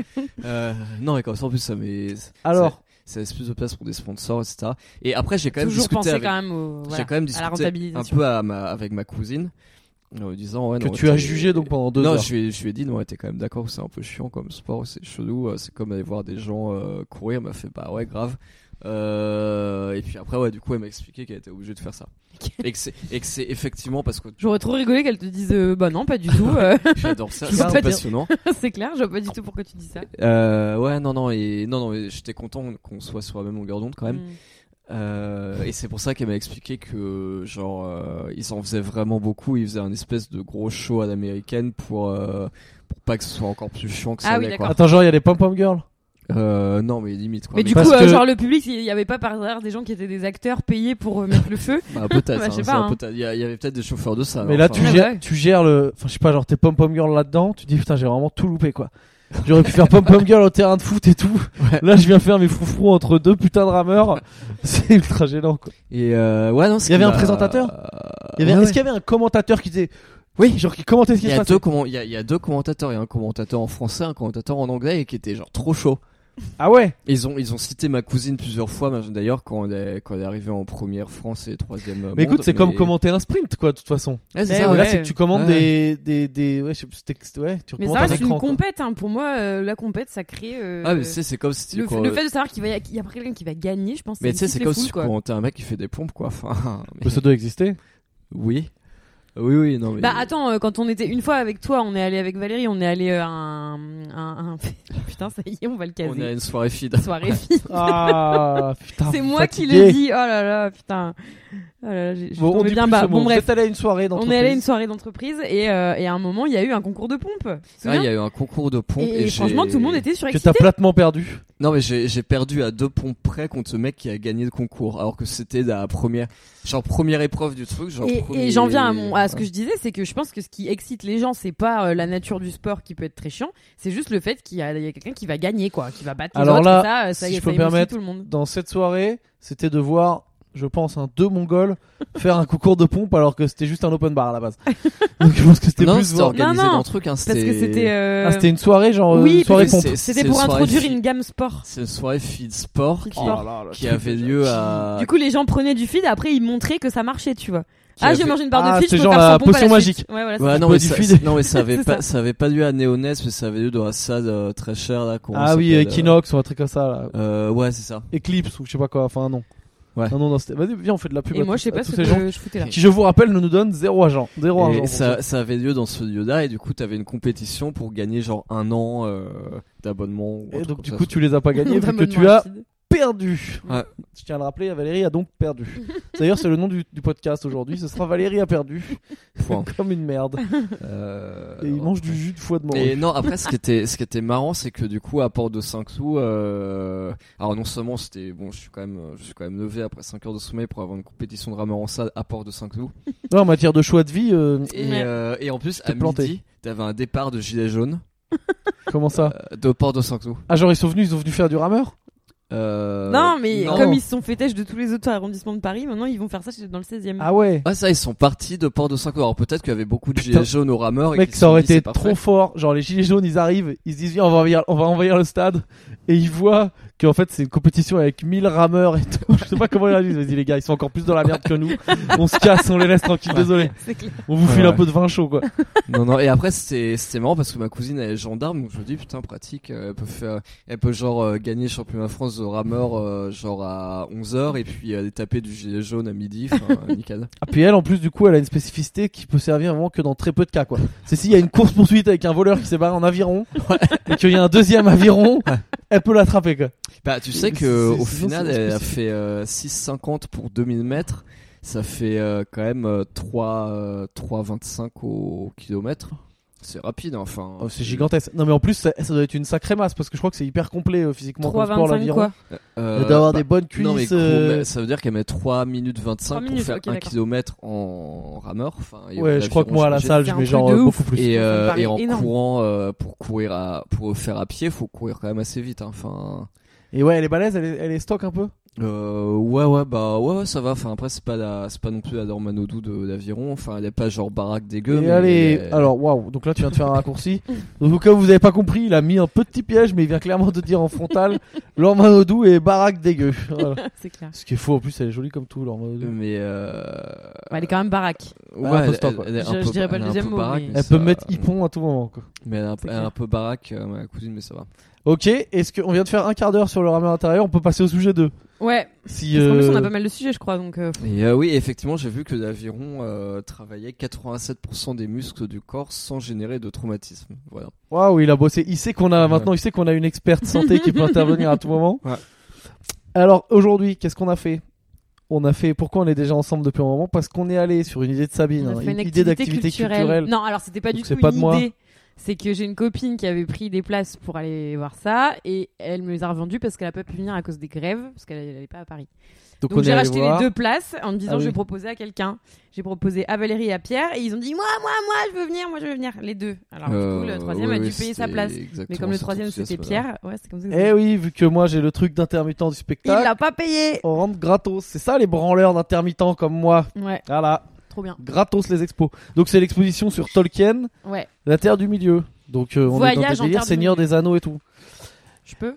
C: Euh, non, et comme ça, en plus, ça met,
A: Alors,
C: ça laisse plus de place pour des sponsors, etc. Et après, j'ai quand même
B: Toujours
C: discuté
B: penser
C: avec,
B: quand même au, voilà,
C: j'ai quand même
B: à la
C: discuté un
B: rentabilisation.
C: peu à ma- avec ma cousine en lui disant, ouais,
A: que
C: non,
A: tu
C: t'es-
A: as jugé donc pendant deux
C: non,
A: heures.
C: je lui, ai- je lui ai dit, non, t'es quand même d'accord que c'est un peu chiant comme sport, c'est chelou, euh, c'est comme aller voir des gens euh, courir, elle m'a fait, bah ouais, grave. Euh, et puis après, ouais, du coup, elle m'a expliqué qu'elle était obligée de faire ça. et que c'est et que c'est effectivement parce que
B: J'aurais trop rigolé qu'elle te dise euh, bah non, pas du tout. euh,
C: j'adore ça,
B: Je peux
C: c'est
B: pas dire.
C: passionnant.
B: c'est clair, je vois pas du tout pourquoi tu dis ça.
C: Euh, ouais, non, non, et non, non, mais j'étais content qu'on soit sur la même longueur d'onde quand même.
B: Mm.
C: Euh, et c'est pour ça qu'elle m'a expliqué que genre euh, ils en faisaient vraiment beaucoup, ils faisaient un espèce de gros show à l'américaine pour euh, pour pas que ce soit encore plus chiant que ça
B: Ah oui,
C: l'est, quoi.
B: d'accord.
A: Attends, genre, il y a les pom-pom girls.
C: Euh, non mais limite quoi.
B: Mais du
A: Parce
B: coup, euh,
A: que-
B: genre le public, il y avait pas par derrière des gens qui étaient des acteurs payés pour euh, mettre le feu.
C: Bah, peut-être.
B: Bah,
C: hein,
B: je sais
C: c'est
B: pas,
C: un
B: hein.
C: peu- Il y, a- il y avait peut-être des chauffeurs de ça.
A: Mais
C: hein,
A: là,
C: enfin.
A: tu
B: Ouais,
A: gères,
B: ouais.
A: tu gères le. Enfin, je sais pas, genre, t'es pom-pom girl là-dedans. Tu dis, putain, j'ai vraiment tout loupé, quoi. J'aurais pu faire pom-pom girl au terrain de foot et tout.
C: Ouais.
A: Là, je viens faire mes froufrous entre deux putains de rameurs. C'est ultra gênant, quoi.
C: Et euh, ouais non. ce
A: Il y avait
C: qui
A: un
C: m'a-
A: présentateur
C: euh,
A: Il y avait-
C: Ouais,
A: Est-ce
C: ouais.
A: qu'il y avait un commentateur qui disait. Oui, genre, qui commentait ce qui
C: Il y
A: se
C: a
A: passait.
C: deux comment il y a- il y a deux commentateurs, il y a un commentateur en français, un commentateur en anglais et qui était genre trop chaud.
A: Ah ouais
C: Ils ont ils ont cité ma cousine plusieurs fois ma- d'ailleurs quand elle est quand elle est arrivée en première France et troisième.
A: Mais écoute, c'est comme commenter un sprint, quoi, de toute façon.
B: Eh
C: ça,
B: ouais.
A: Là, c'est que tu commandes
C: Ouais.
A: des, des, des, ouais, je sais plus, c'était- c'était- ouais, tu
B: Mais
A: commandes
B: ça
A: un
B: reste
A: écran,
B: une
A: quoi.
B: compète. hein. Pour moi, euh, la compète, ça crée. euh,
C: Ah mais tu sais, c'est comme si tu
B: le,
C: quoi, euh,
B: le fait de savoir qu'il va y a, qu'il y a quelqu'un qui va gagner, je pense.
C: mais tu sais
B: excite
C: c'est
B: les
C: comme
B: foules,
C: si tu
B: quoi.
C: commentais un mec qui fait des pompes quoi. Enfin mais-
A: Mais Bah, ça doit exister.
C: oui. Oui oui non mais
B: Bah attends, euh, quand on était une fois avec toi, on est allé avec Valérie, on est allé euh, à un, un- un- putain ça y est, on va le caser.
C: on a une soirée feed.
B: Soirée fille.
A: Ah, putain.
B: C'est moi qui
A: fatigué.
B: l'ai dit. Oh là là, putain. Oh là là, j'ai- je suis
A: Bon, on
B: tombée
A: dit
B: bien
A: plus
B: bas.
A: ce mot.
B: Bon bref,
A: Vous êtes allé à une soirée
B: on est allé à une
A: d'entreprise.
B: soirée d'entreprise et, euh, et à un moment il y a eu un concours de pompe.
C: Ah, il y a eu un concours de pompes
B: et,
C: et,
B: et franchement
C: j'ai-
B: tout le monde était
A: Que t'as
B: surexcité.
A: platement perdu.
C: Non mais j'ai j'ai perdu à deux pompes près contre ce mec qui a gagné le concours alors que c'était la première genre première épreuve du truc genre
B: Et,
C: premier-
B: et j'en viens à, mon, à ce que je disais, c'est que je pense que ce qui excite les gens, c'est pas euh, la nature du sport qui peut être très chiant, c'est juste le fait qu'il y a, il y a quelqu'un qui va gagner, quoi, qui va battre les
A: Alors
B: autres,
A: là,
B: et ça, euh, ça,
A: si
B: y est,
A: je peux
B: ça
A: me
B: émoustille
A: permettre-
B: tout le monde.
A: Dans cette soirée, c'était de voir, je pense, un deux mongols faire un concours de pompe alors que c'était juste un open bar à la base. Donc je pense que c'était
C: non,
A: plus
C: c'était
A: voir-
B: orga-
C: organisé
B: Non, non,
C: dans le truc hein,
B: Parce que c'était. euh,
A: Ah, c'était une soirée genre euh,
B: Oui,
A: une soirée
C: parce que
A: pompe.
C: c'est-
B: c'était
C: c'est
B: pour
C: une soirée
B: introduire
C: fi-
B: une gamme sport.
C: c'est une soirée feed sport
B: Feed
C: qui,
B: sport.
C: qui avait lieu à
B: Du coup, les gens prenaient du feed, et après ils montraient que ça marchait, tu vois.
C: qui
B: Ah,
C: avait-
B: j'ai mangé une barre
A: Ah,
B: de feed,
A: c'est
B: je peux
A: genre
B: faire
A: la
B: sans pompe à
A: potion
B: la
A: magique.
B: suite. Ouais, voilà,
C: Ouais,
B: c'est
C: non,
A: bois
C: mais
A: du
C: ça,
A: feed.
C: non mais ça avait
B: C'est
C: pas
B: ça.
C: ça avait pas lieu à Néonès mais ça avait lieu dans la salle euh, très chère là qu'on
A: Ah oui,
C: s'appelle,
A: Equinox ou un truc comme ça. là.
C: euh, euh, ouais c'est ça
A: Eclipse ou je sais pas quoi. Enfin non.
C: Ouais.
A: Non non, non c'était- Vas-y, viens, on fait de la pub.
B: Et
A: à
B: moi,
A: tous-
B: je sais
A: à
B: pas
A: tous
B: ce
A: ces gens
B: que je foutais là.
A: qui, je vous rappelle, ne nous donnent zéro agent. Zéro agent.
C: et
A: pour
C: ça, ça avait lieu dans ce lieu-là et du coup t'avais une compétition pour gagner genre un an euh, d'abonnement ou
A: Et
C: autre
A: donc
C: comme
A: du
C: ça,
A: coup,
C: je
A: tu les as pas gagnés vu que
B: Vraiment
A: tu as
B: rapide.
A: perdu.
C: Ouais.
A: Je tiens à le rappeler, Valérie a donc perdu. D'ailleurs, c'est le nom du, du podcast aujourd'hui. Ce sera Valérie a perdu.
C: Point.
A: Comme une merde.
C: Euh,
A: Et il
C: alors-
A: mange du jus de foie de morue.
C: Et non, après, ce qui était, ce qui était marrant, c'est que du coup, à Port de Saint-Cloud, euh, alors non seulement c'était, bon, je suis quand même, je suis quand même levé après 5 heures de sommeil pour avoir une compétition de rameur en salle à Port de Saint-Cloud.
A: Non, en matière de choix de vie, euh,
C: Et,
B: Ouais.
C: euh, et en plus,
A: T'es
C: à
A: planté.
C: midi, t'avais un départ de gilet jaune
A: comment ça
C: euh, de Port de Saint-Cloud.
A: Ah, genre, ils sont venus, ils sont venus faire du rameur
C: Euh,
B: Non, mais
C: non.
B: comme ils se sont fait têche de tous les autres arrondissements de Paris, maintenant ils vont faire ça chez- dans le 16 e
A: Ah ouais
C: Ah ça, ils sont partis de Port de Saint-Cloud. Alors peut-être qu'il y avait beaucoup de
A: Putain.
C: gilets jaunes au rameur. et
A: Mec,
C: qu'ils se sont
A: ça aurait
C: dit,
A: été
C: c'est pas
A: trop
C: prêt.
A: fort. Genre, les gilets jaunes, ils arrivent, ils se disent, Viens, on va envahir, on va envahir le stade. Et ils voient qu'en fait, c'est une compétition avec 1000 rameurs et tout. Je sais pas comment ils réagissent. Vas-y, les gars, ils sont encore plus dans la merde que nous. On se casse, on les laisse tranquilles, désolé.
B: c'est clair.
A: On vous file
C: Ouais.
A: un peu de vin chaud, quoi.
C: Non, non, et après, c'était c'était marrant parce que ma cousine, elle est gendarme, donc je me dis, putain, pratique, euh, elle peut faire, elle peut genre euh, gagner le championnat de France de rameur, euh, genre à 11h, et puis aller taper du gilet jaune à midi, enfin, euh, nickel.
A: Ah, puis elle, en plus, du coup, elle a une spécificité qui peut servir vraiment que dans très peu de cas, quoi. C'est s'il y a une course-poursuite avec un voleur qui s'est barré en aviron, et qu'il y a un deuxième aviron, elle peut l'attraper, quoi.
C: Bah, tu sais que,
A: C'est- c'est- c'est-
C: au final,
A: c'est
C: elle a
A: spécifique.
C: fait euh, 6,50 pour 2000 mètres, ça fait euh, quand même euh, 3, euh, 3,25 au kilomètre. C'est rapide, hein, enfin.
A: Oh, c'est gigantesque. Non, mais en plus, ça, ça doit être une sacrée masse, parce que je crois que c'est hyper complet euh, physiquement comme sport,
B: 3,25
A: l'aviron.
B: quoi.
A: Et
C: Euh,
A: D'avoir
C: bah,
A: des bonnes cuisses.
C: Non mais gros,
A: euh,
C: mais ça veut dire qu'elle met 3 minutes 25
B: 3
C: pour
B: minutes,
C: faire
B: ok,
C: 1
B: d'accord.
C: km en rameur. Enfin, et au
A: Ouais, je
C: clavier,
A: crois que
C: on
A: moi à la
C: s'imagine.
A: salle,
B: C'est
A: je
B: un
A: mets genre
B: truc de
A: euh,
B: ouf.
A: beaucoup plus.
C: Et,
B: Ça me
C: euh,
B: paraît
C: et en
B: énorme.
C: courant, euh, pour courir à, pour faire à pied, faut courir quand même assez vite. hein. Enfin,
A: Et ouais, elle est balèze, elle est, elle est stock un peu.
C: euh, ouais, ouais, bah ouais, ouais, ça va. Enfin, après, c'est pas la, c'est pas non plus la Dormanodou de d'aviron. Enfin, elle est pas genre baraque dégueu.
A: et
C: mais euh,
A: elle est...
C: elle est-
A: Alors, waouh, donc là tu viens de faire un raccourci. Donc, au cas où vous avez pas compris, il a mis un petit piège, mais il vient clairement de dire en frontal Lorma Odou et baraque dégueu. Voilà.
B: C'est clair.
A: Ce qui est faux, en plus, elle est jolie comme tout, Lorma Odou.
C: Mais euh...
B: Ouais, Bah, elle est quand même baraque.
C: ouais,
A: un peu
C: elle-
A: stock, quoi.
C: elle est un
B: Je- je
C: peu-
B: dirais pas
C: elle
B: le
C: est un
B: deuxième
C: peu
B: mot,
C: baraque,
B: mais-
C: mais
A: Elle
C: ça-
A: peut mettre hippon à tout moment. Quoi.
C: Mais elle est un peu-
B: C'est
C: elle est un
B: clair.
C: peu baraque, euh, ma cousine, mais ça va.
A: Ok, est-ce qu'on vient de faire un quart d'heure sur le rameur intérieur On peut passer au sujet 2.
B: Ouais.
A: Si,
B: Parce qu'en plus,
A: euh,
B: on a pas mal de sujets, je crois. Donc, euh,
C: Et euh, oui, effectivement, j'ai vu que l'aviron euh, travaillait 87% des muscles du corps sans générer de traumatisme. Voilà.
A: Waouh, il a bossé. Il sait qu'on a
C: Ouais.
A: maintenant, il sait qu'on a une experte santé qui peut intervenir à tout moment.
C: Ouais.
A: Alors aujourd'hui, qu'est-ce qu'on a fait On a fait. Pourquoi on est déjà ensemble depuis un moment Parce qu'on est allé sur une idée de Sabine,
B: on a
A: hein,
B: fait
A: une,
B: une
A: idée
B: activité
A: d'activité
B: culturelle.
A: culturelle.
B: Non, alors c'était pas
A: Donc
B: du
A: c'est
B: tout
A: pas
B: une
A: de moi.
B: idée. C'est que j'ai une copine qui avait pris des places pour aller voir ça et elle me les a revendues parce qu'elle a pas pu venir à cause des grèves parce qu'elle n'allait pas à Paris. Donc,
A: on est
B: j'ai
A: allé
B: racheté
A: voir.
B: les deux places en me disant
A: Ah oui.
B: je vais proposer à quelqu'un. J'ai proposé à Valérie et à Pierre et ils ont dit moi moi moi je veux venir moi je veux venir les deux. Alors
C: Euh,
B: du
A: Euh,
B: coup le troisième a dû payer sa place. Mais comme le troisième c'était Pierre, ouais c'est comme ça. que
A: Eh oui, vu que moi j'ai le truc d'intermittent du
B: Il
A: spectacle,
B: l'a pas payé.
A: on rentre gratos. C'est ça les branleurs d'intermittents comme moi.
B: Ouais,
A: Voilà,
B: trop bien.
A: gratos les expos. Donc c'est l'exposition sur Tolkien,
B: Ouais,
A: la Terre du Milieu. Donc euh, on est dans
B: Voyage
A: des
B: en
A: délires
B: Terre du
A: Seigneur
B: Milieu.
A: des Anneaux et tout.
B: je peux.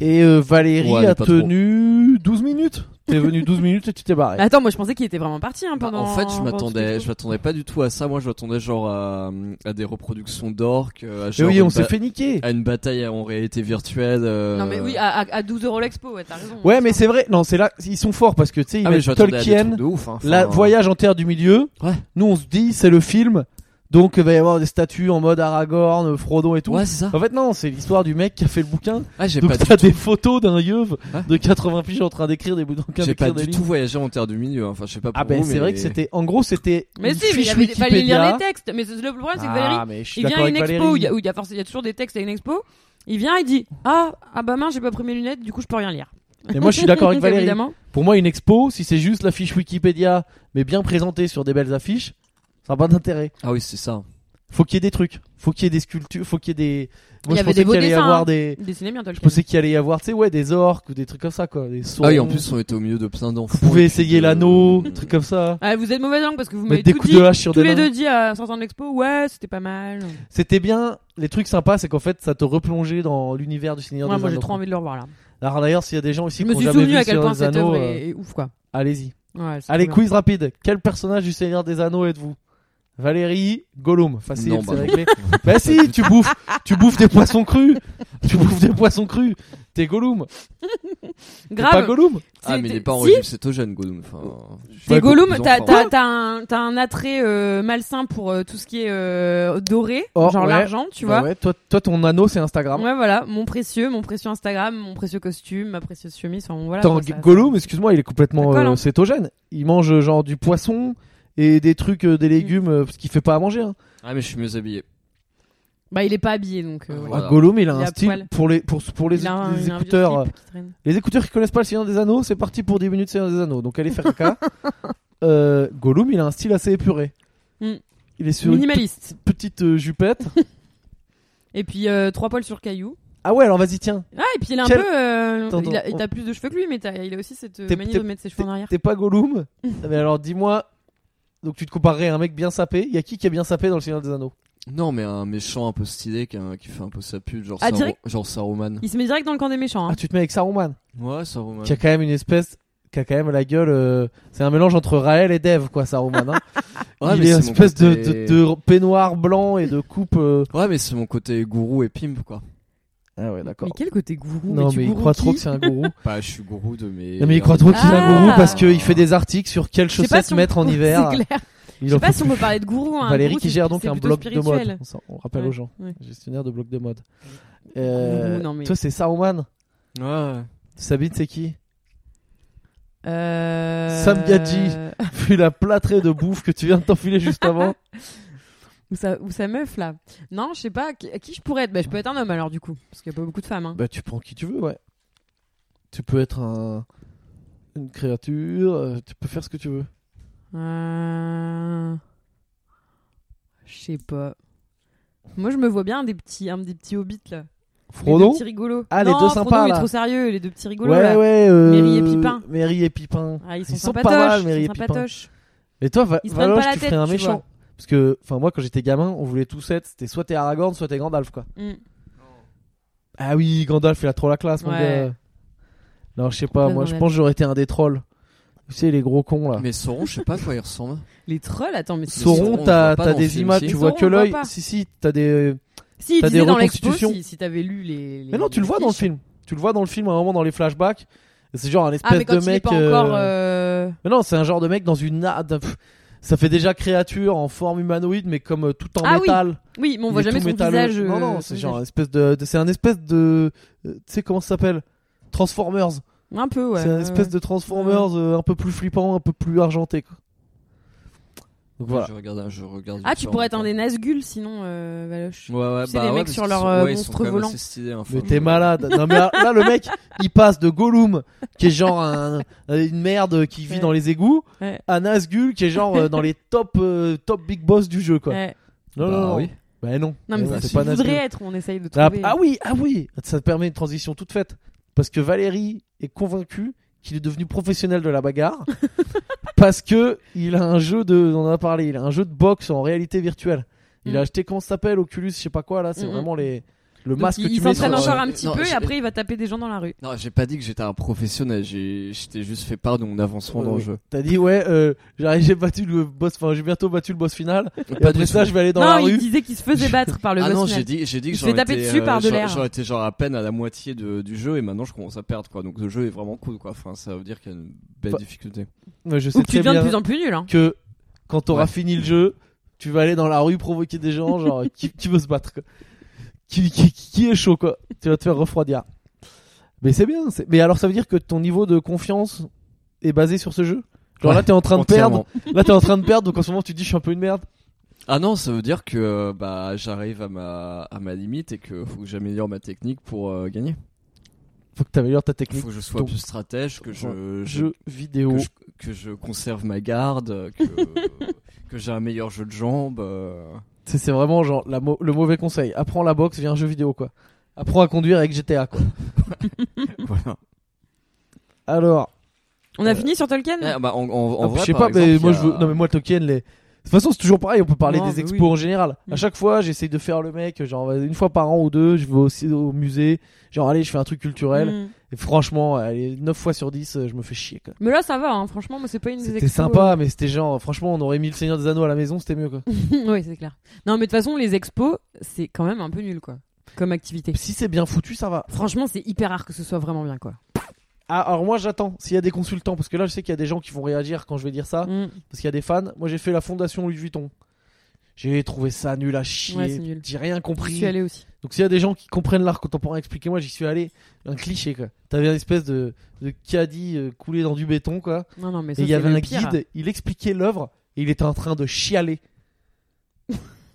A: Et euh, Valérie
C: Ouais, mais
A: a
C: pas trop.
A: tenu 12 minutes. T'es venu 12 minutes et tu t'es barré.
B: Mais attends, moi je pensais qu'il était vraiment parti
A: Bah,
B: hein, pendant.
C: Bah, en fait, je
B: pendant
C: m'attendais,
B: ce
C: je m'attendais pas du tout à ça. Moi, je m'attendais genre à, à des reproductions d'orques, euh, à,
A: Mais
C: genre
A: oui,
C: une
A: on s'est
C: ba-
A: fait niquer.
C: à une bataille en réalité virtuelle. euh,
B: Non, mais oui, ah, à, à- à 12 euros l'expo, ouais, t'as raison.
A: Ouais, mais c'est vrai. Non, c'est là, ils sont forts parce que tu sais, ils
C: ah, mais
A: mettent
C: je m'attendais à des
A: Tolkien,
C: trucs de ouf. hein. Enfin,
A: la voyage en terre du milieu.
C: Ouais.
A: Nous, on se dit, c'est le film, donc il va y avoir des statues en mode Aragorn, Frodon et tout.
C: Ouais, c'est ça.
A: En fait, non, c'est l'histoire du mec qui a fait le bouquin.
C: Ah, j'ai
A: Donc
C: pas
A: t'as des photos d'un yeuve
C: Ouais.
A: de 80 piges en train d'écrire des boutons.
C: J'ai pas du tout voyagé en terre du milieu. hein. Enfin, je sais pas.
A: Ah
C: pour
A: ben
C: vous,
A: c'est
C: mais-
A: vrai que c'était, en gros, c'était.
B: Mais
A: une
B: si, mais il
A: fiche
B: avait- fallait lire
A: Wikipédia.
B: les textes. Mais c'est- le problème, c'est que
A: Ah,
B: Valérie,
A: mais je suis
B: il vient
A: d'accord
B: à une
A: avec
B: expo
A: Valérie.
B: où il y a, où il y a forcément- il y a toujours des textes à une expo. Il vient, il dit Ah, ah bah mince, j'ai pas pris mes lunettes, du coup je peux rien lire.
A: Et moi, je suis d'accord avec Valérie.
B: Évidemment.
A: Pour moi, une expo, si c'est juste la fiche Wikipédia, mais bien présentée sur des belles affiches, ça n'a pas d'intérêt.
C: Ah oui, c'est ça.
A: Faut qu'il y ait des trucs, faut qu'il y ait des sculptures, faut qu'il y ait des. Moi, je
B: Il y avait
A: pensais
B: des beaux
A: qu'il allait y
B: dessins,
A: avoir
B: hein.
A: des.
B: Dessiné bien,
A: Je
B: Tolkien.
A: pensais qu'il allait y avoir, tu sais, ouais, des orques ou des trucs comme ça, quoi. Des
C: Ah oui, en
A: saurons.
C: plus, on était au milieu de plein d'enfants.
A: Vous pouvez
C: et puis
A: essayer
C: de-
A: l'anneau,
C: Mm.
A: des trucs comme ça.
B: Ah, vous êtes mauvaise langue parce que vous m'avez
A: Mettre des
B: tout
A: coups
B: dit.
A: de hache sur
B: tous
A: des
B: les
A: nains.
B: deux dit à sortant de l'expo, ouais, c'était pas mal.
A: C'était bien. Les trucs sympas, c'est qu'en fait, ça te replongeait dans l'univers du Seigneur
B: Ouais,
A: des
B: moi j'ai
A: Anneaux.
B: trop envie de le revoir là.
A: Alors d'ailleurs, s'il y a des gens ici
B: Je
A: qui
B: me
A: n'ont
B: suis
A: jamais
B: souvenu
A: vu
B: à quel
A: Seigneur
B: point
A: des
B: cette
A: Anneaux,
B: œuvre
A: euh,
B: est est ouf quoi.
A: allez-y.
B: Ouais, c'est
A: Allez,
B: trop bien.
A: quiz rapide. Quel personnage du Seigneur des Anneaux êtes-vous Valérie, Gollum. Facile,
C: Non,
A: c'est
C: bah non.
A: réglé. bah si, tu bouffes, tu bouffes des poissons crus. Tu bouffes des poissons crus. T'es Gollum. T'es Pas
B: Grave.
A: Gollum.
C: Ah, mais il est pas en
B: Si,
C: régime cétogène, Gollum. Enfin,
B: T'es
A: Ouais,
B: Gollum,
C: ils ont
B: t'as
C: pas-
B: t'as- t'as un, t'as un attrait euh, malsain pour euh, tout ce qui est euh, doré,
A: Or,
B: genre
A: ouais.
B: l'argent, tu
A: Bah
B: vois.
A: ouais, toi, toi, ton anneau, c'est Instagram.
B: Ouais, voilà, mon précieux, mon précieux Instagram, mon précieux costume, ma précieuse chemise, enfin bon, voilà.
A: Attends,
B: quoi, ça-
A: Gollum, excuse-moi, il est complètement
B: Ça colle,
A: euh,
B: hein.
A: cétogène. Il mange euh, genre du poisson et des trucs, euh, des légumes,
B: Mm.
A: euh, parce qu'il fait pas à manger. hein.
C: Ah, mais je suis mieux habillé.
B: Bah, il est pas habillé donc. euh, ouais.
C: Voilà.
A: Ah, Gollum, il a
B: Il est
A: un
B: à
A: style
B: poil.
A: pour les pour pour les,
B: Il a un-
A: les
B: il a un vieux
A: écouteurs. euh,
B: slip qui traîne.
A: Les écouteurs qui connaissent pas le Seigneur des Anneaux, c'est parti pour 10 minutes Seigneur des Anneaux. Donc allez faire caca. euh, Gollum, il a un style assez épuré.
B: Mm.
A: Il est sur une
B: Minimaliste.
A: petite euh, jupette.
B: Et puis euh, trois poils sur caillou.
A: ah ouais, alors vas-y, tiens.
B: Ah, et puis il a un
A: Quel-
B: peu. euh,
A: Attends,
B: il a,
A: on-
B: t'as plus de cheveux que lui, mais t'as- il a aussi cette euh,
A: T'es-
B: manie
A: t'es-
B: de mettre ses cheveux
A: T'es
B: en arrière.
A: t'es pas Gollum. Ah, Mais alors dis-moi. Donc tu te comparerais à un mec bien sapé. Il y a qui qui est bien sapé dans le Seigneur des Anneaux
C: Non, mais un méchant un peu stylé qui, a- qui fait un peu sa pute, genre,
B: Ah,
C: Saru-
B: direct
C: genre Saruman.
B: Il se met direct dans le camp des méchants. hein.
A: Ah, tu te mets avec Saruman,
C: Ouais, Saruman.
A: qui a quand même une espèce, qui a quand même la gueule. euh, C'est un mélange entre Raël et Dev, quoi, Saruman. Hein.
C: Ouais,
A: il
C: mais
A: est une
C: c'est mon
A: espèce de, de,
C: côté-
A: de peignoir blanc et de coupe. euh,
C: Ouais, mais c'est mon côté gourou et pimp, quoi.
A: Ah ouais, d'accord.
B: Mais quel côté gourou
A: Non,
B: tu
A: mais il
B: gourou
A: croit
B: qui
A: trop que c'est un gourou.
C: Bah, je suis gourou de mes.
A: Non, mais il croit trop qu'il est un
B: Ah.
A: gourou parce qu'il fait des articles sur quelles
B: Je sais pas
A: chaussettes
B: si on
A: mettre en
B: peut-
A: hiver.
B: C'est clair.
A: Il
B: Je
A: en
B: sais pas
A: peut
B: si on
A: plus.
B: peut parler de gourou. hein.
A: Valérie
B: Gourou,
A: qui
B: c'est-
A: gère donc
B: c'est
A: un
B: plutôt
A: blog de
B: spirituel.
A: mode. On s'en- On rappelle
B: Ouais,
A: aux gens.
B: ouais.
A: Gestionnaire de blog de mode. Euh,
B: Gourou, non, mais-
A: Toi, c'est Saruman.
C: Ouais.
A: Sabine, c'est qui
B: Euh...
A: Sam Gadji. Vu la plâtrée de bouffe que tu viens de t'enfiler juste avant.
B: Ou sa, ou sa meuf là. Non, je sais pas. Qui, qui je pourrais être bah, Je peux être un homme alors du coup. Parce qu'il y a pas beaucoup de femmes. Hein.
A: Bah, tu prends qui tu veux, ouais. Tu peux être un. Une créature, euh, tu peux faire ce que tu veux.
B: Euh, Je sais pas. Moi je me vois bien un des petits, un des petits hobbits là. les deux
A: Frodo
B: petits rigolos.
A: Ah, les
B: non,
A: deux
B: Frodo,
A: sympas,
B: il est
A: là.
B: trop sérieux, les deux petits rigolos
A: Ouais,
B: là.
A: ouais. euh,
B: Merry et Pipin.
A: Merry et Pipin.
B: Ah, ils sont,
A: Ils sont pas
B: sympatoches.
A: mal, Mary
B: ils
A: et
B: sont
A: Pipin.
B: sympatoches.
A: Mais toi, va,
B: Ils se prennent
A: Valoche,
B: pas la
A: tu
B: tête,
A: ferais un
B: tu
A: méchant.
B: vois.
A: Parce que, enfin, moi, quand j'étais gamin, on voulait tous être, c'était soit t'es Aragorn, soit t'es Gandalf, quoi.
B: Mm.
A: Ah oui, Gandalf, il a trop la classe, mon
B: Ouais.
A: gars. Non, je sais pas,
B: Complètement
A: moi, je
B: Gandalf.
A: pense que j'aurais été un des trolls. Tu sais, les gros cons, là.
C: Mais Sauron, je sais pas à quoi il ressemble.
B: Les trolls, attends, mais c'est-
C: Sauron, on
A: Sauron,
C: le
A: t'as
C: voit pas
A: t'as
C: dans le
A: des
C: film,
A: images,
C: si.
A: tu vois
B: Sauron,
A: que
B: on le voit
A: l'œil.
B: pas.
A: Si, si, t'as des.
B: Si, il
A: T'as
B: disait
A: des
B: dans l'expo,
A: reconstitutions.
B: si, si t'avais lu les, les-
A: Mais non, tu le
B: les
A: vois dans le
B: fiches.
A: film. Tu le vois dans le film à un moment dans les flashbacks. Et C'est genre un
B: Ah,
A: espèce
B: mais quand
A: de
B: il est
A: mec.
B: pas
A: euh,
B: encore. euh,
A: Mais non, c'est un genre de mec dans une. na- de- pff, Ça fait déjà créature en forme humanoïde, mais comme euh, tout en
B: Ah oui.
A: métal.
B: Oui, mais on
A: Il
B: voit
A: est
B: jamais
A: tout
B: son
A: métalleux.
B: visage. euh,
A: Non, non,
B: son
A: c'est genre un
B: visage.
A: espèce de, de- c'est un espèce de, euh, tu sais comment ça s'appelle Transformers.
B: Un peu, ouais.
A: c'est un
B: ouais,
A: espèce
B: ouais.
A: de Transformers euh, un peu plus flippant, un peu plus argenté. Quoi. Donc voilà.
C: Je regarde, je regarde
B: Ah, tu
C: Sauron,
B: pourrais être un
C: quoi.
B: des Nazgûl sinon, euh, Valoche.
C: Ouais, ouais,
B: Tu sais,
C: bah
B: les
C: ouais,
B: mecs
C: parce
B: sur
C: qu'ils
B: leur,
C: sont-
B: euh,
C: ouais, ils sont
B: monstre
C: quand même
B: volant.
C: assez stylés, hein,
A: Mais
C: faut-
A: t'es malade. Non mais là, là, le mec, il passe de Gollum, qui est genre un- une merde qui vit
B: Ouais.
A: dans les égouts,
B: Ouais.
A: à Nazgul, qui est genre euh, dans les top euh, top big boss du jeu quoi.
B: Ouais.
A: Non,
C: Bah
A: non, non.
C: oui.
A: Bah non.
B: Non, mais
A: Bah
B: c'est
A: c'est
B: ce
A: pas
B: qu'il voudrait
A: Nazgûl.
B: être, on essaye de
A: Ah,
B: trouver.
A: ah oui, ah oui, ça te permet une transition toute faite. Parce que Valérie est convaincue qu'il est devenu professionnel de la bagarre. parce que il a un jeu de, on en a parlé, il a un jeu de boxe en réalité virtuelle. Il
B: Mm.
A: a acheté comment ça s'appelle Oculus, je sais pas quoi là, c'est
B: Mm, mm.
A: vraiment les le
B: Donc,
A: masque
B: il
A: que tu
B: il
A: mets
B: s'entraîne
A: sur-
B: encore
C: euh,
B: un petit
C: non,
B: peu et
C: j'ai-
B: après il va taper des gens dans la rue.
C: Non, j'ai pas dit que j'étais un professionnel, j'ai- je t'ai juste fait part de mon avancement dans le
A: Ouais,
C: jeu.
A: T'as dit ouais, euh, j'arrive- j'ai battu le boss, enfin j'ai bientôt battu le boss final. Et
C: Pas
A: après
C: du
A: ça,
C: tout.
A: je vais aller dans
B: non,
A: la
B: il
A: rue.
B: disait qu'il se faisait battre par le
C: ah
B: boss
C: non,
B: final.
C: j'ai dit, j'ai dit
B: Il
C: que euh,
B: se
C: j'en
B: fait taper
C: étais,
B: dessus par de
C: j'en-
B: l'air.
C: j'en étais genre à peine à la moitié de- du jeu et maintenant je commence à perdre quoi. Donc le jeu est vraiment cool quoi. Enfin, ça veut dire qu'il y a une belle
A: Bah,
C: difficulté.
A: Mais Je sais
B: Ou que tu
A: très
B: deviens de
A: bien
B: plus en plus nul. hein.
A: que quand t'auras
C: Ouais.
A: fini le jeu, tu vas aller dans la rue provoquer des gens, genre qui, qui veut se battre, quoi. Qui, qui, qui est chaud, quoi. Tu vas te faire refroidir. Mais c'est bien. c'est- Mais alors ça veut dire que ton niveau de confiance est basé sur ce jeu Genre
C: Ouais,
A: là t'es en train de
C: Entièrement.
A: perdre, là t'es en train de perdre, donc en ce moment tu te dis je suis un peu une merde.
C: Ah non, ça veut dire que bah, j'arrive à ma, à ma limite et que faut que j'améliore ma technique pour euh, gagner.
A: Faut que tu améliores ta
C: Il
A: technique.
C: faut que je sois
A: Donc,
C: plus stratège, que je, je-
A: Jeu vidéo.
C: que, je, que je conserve ma garde, que, que j'ai un meilleur jeu de jambes. euh.
A: C'est c'est vraiment genre la mau- le mauvais conseil. Apprends la boxe via un jeu vidéo quoi. Apprends à conduire avec GTA quoi.
C: voilà.
A: Alors,
B: On
A: Euh,
B: a fini sur Tolkien
C: Eh, bah, en, en- en
A: ah,
C: vrai,
A: je sais
C: par
A: pas, mais
C: exemple,
A: moi
C: il y
A: je veux.
C: a-
A: Non mais moi Tolkien les. De toute façon, c'est toujours pareil. On peut parler
B: Non,
A: des
B: mais
A: expos
B: oui.
A: en général.
B: Mm.
A: À chaque fois, j'essaye de faire le mec. Genre une fois par an ou deux, je vais aussi au musée. Genre allez, je fais un truc culturel.
B: Mm.
A: Et franchement, allez, 9 fois sur 10, euh, je me fais chier quoi.
B: Mais là, ça va, hein. franchement, moi, c'est pas une des
A: C'était
B: expos,
A: sympa, mais c'était genre, franchement, on aurait mis le Seigneur des Anneaux à la maison, c'était mieux
B: Mm.
A: quoi.
B: oui, euh. c'est clair. Non, mais de toute façon, les expos, c'est quand même un peu nul, quoi, comme activité.
A: si c'est bien foutu, ça va.
B: Franchement, c'est hyper rare que ce soit vraiment bien, quoi.
A: Ah, alors moi j'attends, s'il y a des consultants, parce que là je sais qu'il y a des gens qui vont réagir quand je vais dire ça.
B: Mm.
A: parce qu'il y a des fans. Moi, j'ai fait la fondation Louis Vuitton. J'ai trouvé ça nul à chier.
B: Ouais, c'est nul.
A: J'ai rien
B: Je
A: compris.
B: suis allée aussi.
A: Donc, s'il y a des gens qui comprennent l'art contemporain, expliquez-moi, j'y suis allé. Un cliché, quoi. T'avais une espèce de, de caddie euh, coulé dans du béton, quoi.
B: Non, non, mais ça,
A: et il y
B: c'est
A: avait
B: le
A: un
B: pire.
A: guide, il expliquait l'œuvre et il était en train de chialer.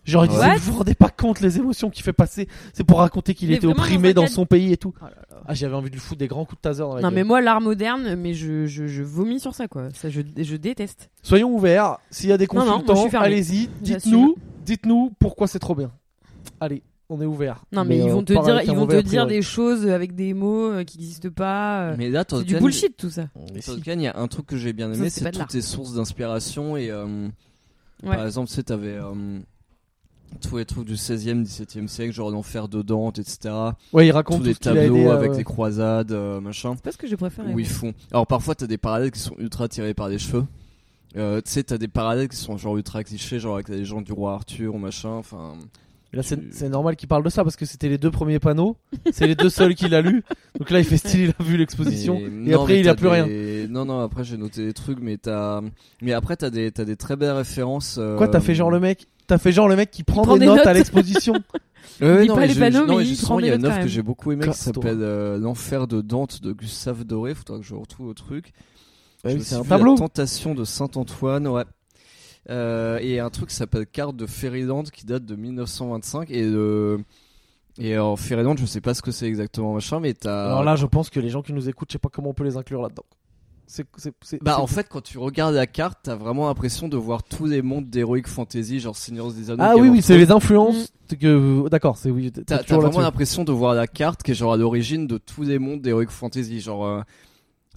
A: Genre, il disait,
B: What
A: vous vous rendez pas compte les émotions qu'il fait passer. C'est pour raconter qu'il
B: Mais
A: était
B: vraiment,
A: opprimé
B: dans un
A: dans
B: caddie-
A: son pays et tout.
B: Oh là là.
A: Ah, j'avais envie de lui foutre des grands coups de taser dans la
B: Non,
A: gueule.
B: mais moi, l'art moderne, mais je, je, je vomis sur ça, quoi. Ça, je, je déteste.
A: Soyons ouverts. S'il y a des
B: Non, non, moi, je
A: consultants,
B: suis fermée.
A: allez-y.
B: J'assume.
A: Dites-nous, dites-nous pourquoi c'est trop bien. Allez, on est euh, ouvert.
B: Non, mais, ils vont te dire, ils vont te dire des
A: des
B: choses avec des mots euh, qui n'existent pas. euh,
C: Mais là,
B: C'est
C: Tolkien,
B: du bullshit, tout ça.
C: Mais Tolkien, il y a un truc que j'ai bien aimé,
B: Ça, c'est pas
C: c'est
B: de l'art.
C: toutes tes sources d'inspiration et euh,
B: Ouais.
C: par exemple, tu sais, t'avais euh, tous les trucs du 16e, 17e siècle, genre l'enfer de Dante, etc.
A: Ouais, ils
C: Tous
A: racontent
C: des
A: tout ce qu'il a
C: tableaux
A: aidé, euh,
C: avec
A: ouais.
C: des croisades, euh, machin,
B: C'est pas ce que j'ai préféré.
C: où ils font. Alors parfois, t'as des parallèles qui sont ultra tirés par les cheveux. Euh, tu sais, t'as des parallèles qui sont genre ultra clichés, genre avec les gens du roi Arthur, machin, enfin.
A: Là, c'est c'est normal qu'il parle de ça parce que c'était les deux premiers panneaux. C'est les deux seuls qu'il a lu. Donc là, il fait style, il a vu l'exposition. Et
C: Mais- non, mais
A: après, il a
C: t'as
A: plus rien.
C: des- Non, non, après j'ai noté des trucs, mais t'as. Mais après, t'as des, t'as des très belles références. euh,
A: Quoi, t'as fait genre le mec T'as fait genre le mec qui prend,
B: prend
A: des,
B: des
A: notes, à
B: notes.
A: l'exposition.
C: Ouais,
B: lit
C: non,
B: pas les
C: je-
B: panneaux,
C: non,
B: mais il
C: justement,
B: prend des
C: il y a une
B: notes
C: œuvre
B: quand
C: que
B: même.
C: j'ai beaucoup aimée qui
A: Classe, toi.
C: s'appelle euh, L'enfer de Dante de Gustave Doré. Faudra que je retrouve le truc.
A: Ouais,
C: J'ai
A: oui, c'est
C: aussi
A: un
C: vu
A: tableau.
C: La Tentation de Saint Antoine, ouais. Euh, et un truc qui s'appelle Carte de Ferryland qui date de 1925 et euh, et en Ferryland, je sais pas ce que c'est exactement machin, mais t'as.
A: Alors là, je pense que les gens qui nous écoutent, je sais pas comment on peut les inclure là-dedans. C'est, c'est, c'est-
C: Bah
A: c'est-
C: en fait quand tu regardes la carte t'as vraiment l'impression de voir tous les mondes d'Heroic Fantasy genre Seigneur des Anneaux.
A: ah
C: Game
A: oui,
C: of
A: oui, c'est
C: Thrones.
A: les influences que. D'accord, c'est oui. t'es- t'es
C: T'as t'as
A: toujours
C: vraiment
A: là-dessus.
C: l'impression de voir la carte qui est genre à l'origine de tous les mondes d'Heroic Fantasy. Genre, euh,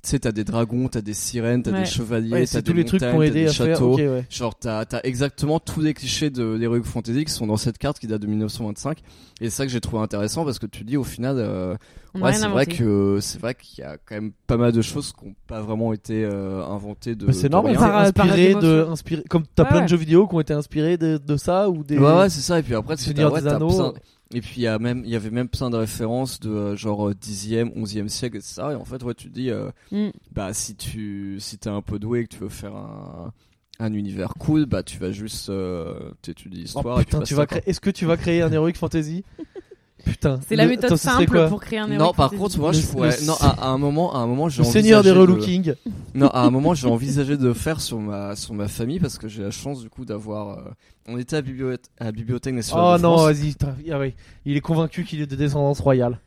C: tu sais, t'as des dragons, t'as des sirènes, t'as
B: Ouais.
C: des chevaliers,
A: Ouais,
C: t'as
A: c'est
C: des
A: tous les trucs qui ont
C: montagnes, t'as
A: aidé
C: des
A: à faire.
C: châteaux.
A: ok, ouais.
C: Genre, t'as t'as exactement tous les clichés de l'Heroic Fantasy qui sont dans cette carte qui date de 1925. Et c'est ça que j'ai trouvé intéressant parce que tu dis au final, euh,
B: On a
C: ouais,
B: rien
C: c'est vrai
B: inventé.
C: que c'est vrai qu'il y a quand même pas mal de choses qui n'ont pas vraiment été euh, inventées de.
A: Bah, c'est
C: de
A: normal,
C: rien.
A: c'est
B: Par- euh, par
A: inspiré
B: Game of
A: de,
B: Thrones.
A: inspiré, comme t'as
B: Ouais,
A: plein
B: ouais.
A: de jeux vidéo qui ont été inspirés de, de ça ou des.
C: Ouais, ouais, c'est ça. Et puis après, tu sais,
A: Seigneur
C: t'as- ouais,
A: des
C: t'as
A: Anneaux,
C: plein-
A: euh.
C: Et puis il y a même, il y avait même plein de références de euh, genre euh, 10e, 11e siècle, etc. Et en fait, ouais, tu te dis, euh,
B: Mm.
C: bah si tu, si t'es un peu doué et que tu veux faire un, un univers cool, bah tu vas juste euh, t'étudies
A: Oh,
C: l'histoire. et puis bah,
A: putain, tu
C: basta,
A: vas
C: quoi.
A: créer. Est-ce que tu vas créer un heroic fantasy Putain.
B: C'est la
A: Le-
B: méthode
A: attends, ce serait
B: simple
A: quoi
B: pour créer un héros.
C: Non, par contre, moi,
A: Le-
C: je pourrais.
A: le-
C: Non, à, à un moment, à un moment, j'ai
A: Le Seigneur des
C: envisagé de-
A: relookings.
C: Non, à un moment, j'ai envisagé de faire sur ma, sur ma famille parce que j'ai la chance du coup d'avoir. euh, On était à, bibliothèque, à la bibliothèque nationale.
A: Oh
C: de
A: non,
C: France.
A: vas-y. putain, ah ouais. Il est convaincu qu'il est de descendance royale.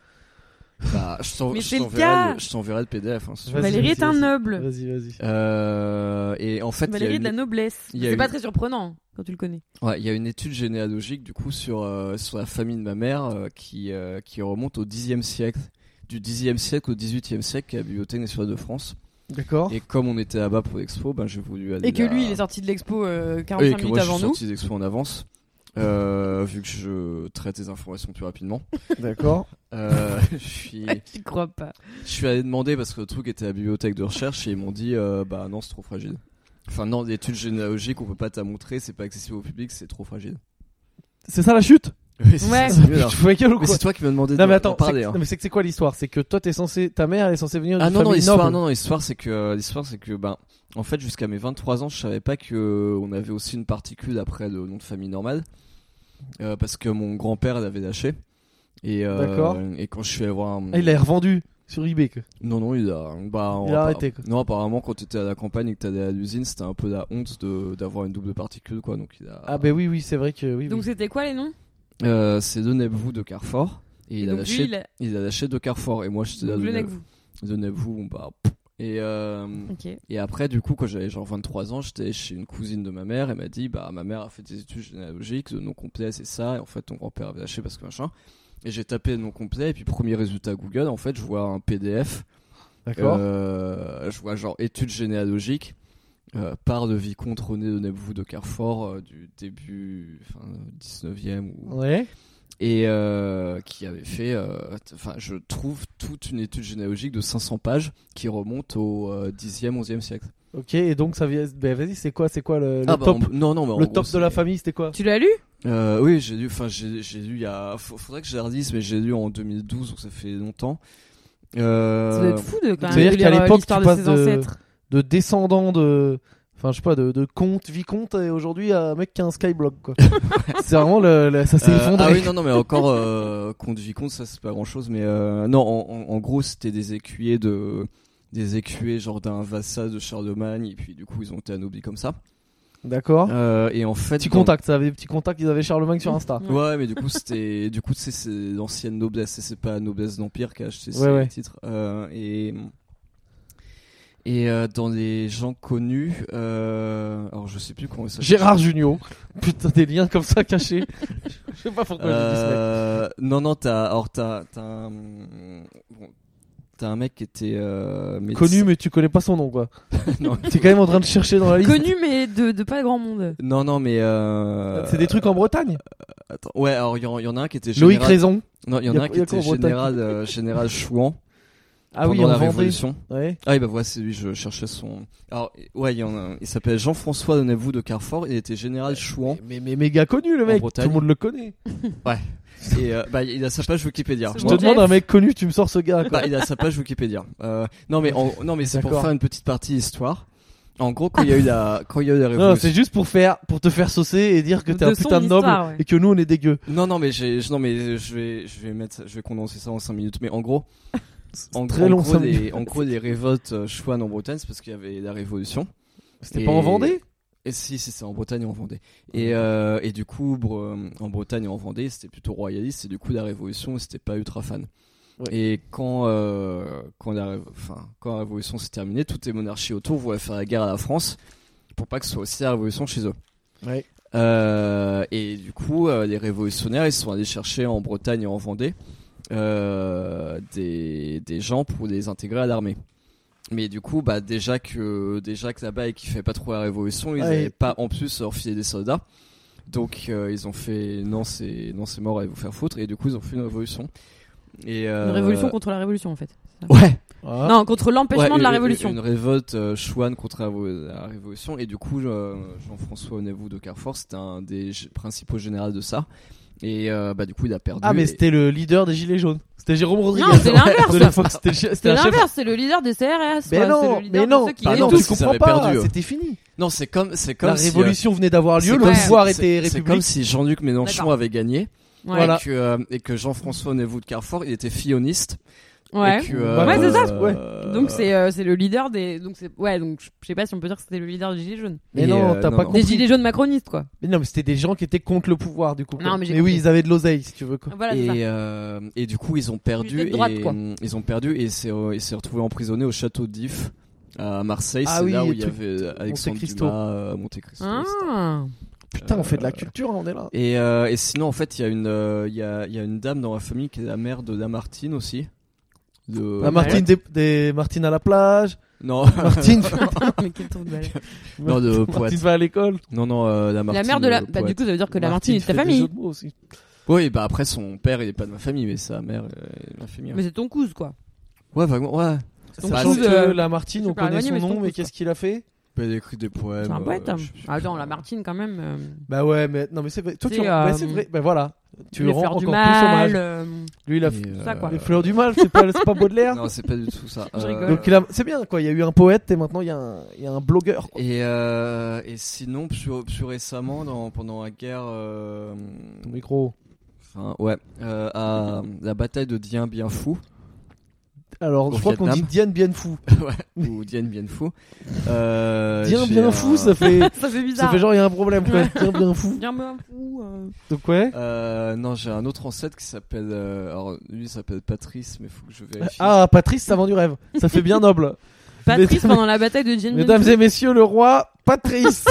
C: Bah, je t'en-
B: Mais
C: je
B: c'est le
C: t'enverrai
B: cas.
C: le- je t'enverrai le PDF. hein, si tu veux.
A: Vas-y,
B: Valérie
A: vas-y,
B: est un
A: vas-y.
B: noble.
A: Vas-y, vas-y.
C: Euh, et en fait, il y, a
B: Valérie est de la
C: une-
B: noblesse.
C: il y a
B: C'est pas
C: eu-
B: très surprenant quand tu le connais.
C: ouais, il y a une étude généalogique du coup sur, euh, sur la famille de ma mère euh, qui, euh, qui remonte au 10e siècle. Du 10e siècle au 18e siècle à la Bibliothèque nationale de France.
A: D'accord.
C: Et comme on était là-bas pour l'expo, ben, j'ai voulu aller.
B: Et que
C: là-
B: lui, il est sorti de l'expo euh,
C: Et
B: 45
C: que
B: minutes
C: moi, je
B: avant
C: suis
B: nous.
C: sorti des expos en avance. euh, vu que je traite les informations plus rapidement.
A: D'accord.
C: Euh, je suis.
B: J'y crois pas.
C: Je suis allé demander parce que le truc était à la bibliothèque de recherche et ils m'ont dit euh, bah non c'est trop fragile. Enfin non l'étude généalogique on peut pas te la montrer c'est pas accessible au public c'est trop fragile.
A: C'est ça la chute
C: Oui, c'est
B: Ouais.
C: ça, c'est mieux,
A: Tu
C: là.
A: fous la gueule ou
C: Mais
A: quoi
C: c'est toi qui m'as demandé
A: Non
C: de
A: mais attends, c'est
C: parler. hein.
A: que- non, mais c'est que c'est quoi l'histoire C'est que toi t'es censé, ta mère elle est censée venir d'une
C: Ah non non
A: famille
C: l'histoire
A: noble.
C: non non, l'histoire c'est que euh, l'histoire c'est que ben en fait jusqu'à mes 23 ans je savais pas que euh, on avait aussi une particule après le nom de famille normale Euh, parce que mon grand père l'avait lâché et euh,
A: D'accord.
C: et quand je suis allé voir un-
A: Ah, il l'a revendu. sur eBay. quoi.
C: Non, non, il a, bah, on
A: Il a
C: appara-
A: arrêté, quoi.
C: Non, apparemment, quand tu étais à la campagne et que tu allais à l'usine, c'était un peu la honte de- d'avoir une double particule, quoi. Donc, il a.
A: Ah, ben oui, oui, c'est vrai que. Oui,
B: Donc
A: oui.
B: c'était quoi les noms
C: Euh, c'est de Nebvou de Carrefour. Et il, a
B: Donc lui,
C: lâché,
B: il a-
C: il a lâché de Carrefour. Et moi, j'étais là
B: donc,
C: de,
B: le
C: Ne-
B: nec vous.
C: de Nebvou, on part. Pouf. Et, euh,
B: Ok.
C: et après, du coup, quand j'avais genre 23 ans, j'étais chez une cousine de ma mère. Elle m'a dit Bah, ma mère a fait des études généalogiques, le nom complet, c'est ça. Et en fait, ton grand-père avait lâché parce que machin. Et j'ai tapé le nom complet. Et puis, premier résultat Google, en fait, je vois un PDF
A: D'accord.
C: euh, je vois genre études généalogiques euh, par le vicomte René de Nebvou de Carfort euh, du début enfin, 19e ou
A: Ouais.
C: et euh, qui avait fait euh, t- enfin je trouve toute une étude généalogique de 500 pages qui remonte au euh, 10e 11e siècle.
A: Ok, et donc ça vient. Ben vas-y, c'est quoi, c'est quoi le, le
C: Ah, bah,
A: top,
C: en- non non mais en
A: le
C: gros,
A: top de la
C: c'est-
A: famille C'était quoi
B: Tu l'as lu
C: Euh, oui, j'ai lu, enfin, j'ai j'ai lu il y a. faut- Faudrait que je la redise, mais j'ai lu en 2012, donc ça fait longtemps. Euh,
B: Ça doit être fou de quand même.
A: C'est-à-dire
B: de
A: qu'à
B: lire, euh,
A: l'époque,
B: l'histoire
A: tu
B: de
A: passes
B: ses
A: de-
B: ancêtres.
A: De descendant de. Enfin, je sais pas, de, de comte, vicomte, et aujourd'hui, un mec qui a un skyblock, quoi. c'est vraiment le. le- ça s'est
C: Euh,
A: effondré.
C: Ah oui, non, non, mais encore, euh, compte vie compte, ça c'est pas grand chose, mais euh, non, en, en- en gros, c'était des écuyers de. Des écuyers, genre d'un vassal de Charlemagne, et puis du coup, ils ont été anoblis comme ça.
A: D'accord.
C: Euh, et en fait.
A: Petit
C: dans-
A: contact, ça avait des petits contacts, ils avaient Charlemagne sur Insta.
C: Ouais, mais du coup, c'était. du coup, tu sais, c'est l'ancienne noblesse, et c'est pas la noblesse d'Empire qui a acheté ces
A: Ouais, ouais.
C: titres. Euh, et. Et euh, dans les gens connus, euh, alors je sais plus comment ça
A: Gérard Junio. Putain, des liens comme ça cachés. je sais pas pourquoi j'ai dit ce mec.
C: Euh, non, non, t'as, alors t'as, t'as, un, bon, t'as un mec qui était euh, médecin-
A: Connu, mais tu connais pas son nom, quoi.
C: non,
A: T'es quand même en train de chercher dans la liste.
B: Connu mais de, de pas grand monde.
C: non, non, mais euh,
A: C'est des trucs en Bretagne.
C: attends, ouais, alors il y, en- il y en a un qui était
A: Loïc
C: Euh, général.
A: Raison.
C: Non, il y en
A: y a-
C: a un
A: y
C: qui
A: a
C: était
A: quoi en Bretagne
C: général, euh, général Chouan
A: Ah oui,
C: pendant
A: en
C: la
A: Vendée.
C: Révolution.
A: Ouais.
C: Ah, et bah voilà, c'est lui. Je cherchais son. Alors ouais, il y en a. un, Il s'appelle Jean-François de Nevou de Carfort. Il était général Chouan.
A: Mais, mais méga connu, le mec. Tout
C: Bretagne.
A: le monde le connaît.
C: Et euh, bah il a sa page Wikipédia.
B: C'est
A: Je
B: bon.
A: te
C: Moi-
A: demande un mec connu, tu me sors ce gars, quoi.
C: Bah, il a sa page Wikipédia. Euh, non mais en- non mais c'est pour
A: D'accord.
C: faire une petite partie histoire. En gros, quand il y a eu la quand il y a eu la
A: Non,
C: révolution.
A: c'est juste pour faire, pour te faire saucer et dire que
B: De
A: t'es un
B: son
A: putain de noble
B: histoire, ouais.
A: et que nous on est dégueu.
C: Non, non mais j'ai non mais je vais je vais mettre ça- je vais condenser ça en 5 minutes. Mais en gros, en,
A: très
C: en
A: long,
C: gros
A: cinq
C: les,
A: minutes.
C: en gros les révoltes euh, chouanes en Bretagne, c'est parce qu'il y avait la révolution.
A: C'était
C: Et-
A: pas en Vendée
C: Et si, si, c'est en Bretagne et en Vendée. Et, euh, et du coup, bre- en Bretagne et en Vendée, c'était plutôt royaliste. Et du coup, la Révolution, c'était pas ultra fan.
A: Ouais.
C: Et quand, euh, quand, la, Ré- enfin, quand la Révolution s'est terminée, toutes les monarchies autour voulaient faire la guerre à la France pour pas que ce soit aussi la Révolution chez eux.
A: Ouais.
C: Euh, et du coup, euh, les révolutionnaires, ils sont allés chercher en Bretagne et en Vendée euh, des, des gens pour les intégrer à l'armée. Mais du coup, bah déjà que déjà que là-bas et qu'il fait pas trop la révolution, ils
A: Ouais.
C: n'avaient pas en plus leur filer des soldats. Donc euh, ils ont fait non c'est non c'est mort, allez vous faire foutre. Et du coup ils ont fait une révolution. Et, euh,
B: Une révolution contre la révolution en fait.
C: Ouais.
A: Ah.
B: Non, contre l'empêchement
C: Ouais,
B: de la
C: une-
B: révolution.
C: Une révolte euh, chouane contre la, vo- la révolution. Et du coup, euh, Jean-François Onevou de Carrefour, c'était un des g- principaux généraux de ça. Et euh, bah, du coup, il a perdu.
A: Ah, mais
C: Et-
A: c'était le leader des Gilets jaunes. C'était Jérôme Rodriguez. hein.
B: Non, c'est l'inverse.
A: De la fois que c'était le chef- c'était
B: C'est
A: un chef.
B: l'inverse, c'est le leader des CRS.
A: Mais
B: quoi, c'est
A: non,
B: le leader
A: mais
B: de
A: non,
B: ceux qui
A: bah
B: les
A: non,
C: tous.
A: tu
B: touchent.
C: Ils avaient
A: comprends pas, euh,
C: perdu, eux.
A: c'était fini.
C: Non, c'est comme. C'est comme
A: La
C: si, euh,
A: révolution venait d'avoir
C: c'est
A: lieu, le
C: comme si-
A: pouvoir
C: c'est-
A: était
C: C'est comme
A: république.
C: si Jean-Luc Mélenchon
B: D'accord.
C: avait gagné.
B: Ouais.
A: Voilà.
C: Et que, euh, et que Jean-François Onevou de Carrefour, il était filloniste.
B: Ouais.
C: Et que,
A: Ouais,
B: c'est ça.
C: euh,
B: Donc c'est euh, c'est le leader des donc c'est ouais donc je je sais pas si on peut dire que c'était le leader des gilets jaunes.
A: Mais
C: Et,
A: non,
C: euh,
A: t'as
C: non,
A: pas
C: non.
B: Des
A: compris.
B: gilets jaunes macronistes quoi.
A: Mais non, mais c'était des gens qui étaient contre le pouvoir, du coup. quoi.
B: Non, mais j'ai
A: oui,
B: compris. Ah,
A: ils avaient de l'oseille, si tu veux, quoi.
B: Voilà. c'est ça.
C: Et, euh, et du coup, ils ont perdu.
B: Plus de droite,
C: et,
B: quoi.
C: Ils ont perdu et s'est re- il s'est retrouvé emprisonné au château d'If à Marseille.
A: Ah
C: c'est
A: oui,
C: là où
A: le
C: il y
A: truc
C: avait Alexandre
A: Cristo.
C: Dumas, euh, Monte Cristo. etc.
B: Ah.
A: Putain, on fait de la
C: Euh,
A: culture, hein, on est là.
C: Et, euh, et sinon, en fait, il y, a une, euh, il y, a, il y a une dame dans la famille qui est la mère de Lamartine aussi. De...
A: Ah, Martine, des, des- Martine à la plage,
C: Non,
A: Martine,
B: Mais quel tour de balle.
C: Non, de
A: Martine
C: Poète.
A: va à l'école.
C: non, non, euh,
B: La
C: Lamartine.
B: mère de la
C: euh,
B: bah du
C: poète.
B: coup ça veut dire que la Martine est de ta
A: fait des jeux
B: famille.
A: de mots aussi.
C: Oui, bah après, son père, il est pas de ma famille, mais sa mère euh, est de ma famille. hein.
B: Mais c'est ton cousin quoi.
C: Ouais, vaguement, ouais.
B: C'est ton
C: Ça
A: Sachant
B: cousin,
A: que
B: euh,
A: la Martine, on
B: super
A: connaît son
B: éloigné, mais
A: nom,
B: son
A: mais
B: pouce,
A: qu'est-ce qu'il a fait
C: Bah, Elle écrit des poèmes.
B: C'est
A: Eh
B: un poète.
C: euh,
B: hein.
C: je sais plus
B: Ah, Attends,
C: quoi.
B: la Martine quand même. euh,
A: Bah ouais, mais non, mais c'est vrai. Toi, tu
B: C'est,
A: rends- bah,
B: euh,
A: c'est vrai. Bah voilà, tu
B: les
A: rends
B: fleurs
A: encore
B: du
A: plus
B: mal.
A: hommage.
B: euh,
A: Lui, il a
C: Et,
B: ça, quoi.
A: les fleurs du mal, c'est pas, c'est pas Baudelaire.
C: Non, c'est pas du tout ça.
B: Je
C: Euh,
B: rigole.
A: Donc il a- c'est bien, quoi. Il y a eu un poète et maintenant il y a un, il y a un blogueur. quoi.
C: Et, euh, et sinon, plus, plus récemment, dans, pendant la guerre, euh,
A: Ton micro.
C: enfin, ouais, euh, à la bataille de Dien Bien Phu,
A: Alors,
C: Au
A: je crois qu'on dit
C: Vietnam.
A: Diane Bien Phu.
C: Ouais, ou Diane Bien Phu. Euh,
A: Diane
C: j'ai
A: Bien
C: un-
A: Phu, ça fait,
B: Ça fait
A: ça
B: bizarre.
A: fait genre il y a un problème quoi. Diane Bien Phu.
B: Bien, bien fou. euh.
A: Donc ouais.
C: Euh, non, j'ai un autre ancêtre qui s'appelle. euh, alors, lui, il s'appelle Patrice, mais faut que je vérifie.
A: Ah, Patrice, ça vend du rêve. Ça fait bien noble.
B: Patrice
A: Mesdames-
B: pendant la bataille de Jane
A: Mesdames et messieurs, le roi Patrice.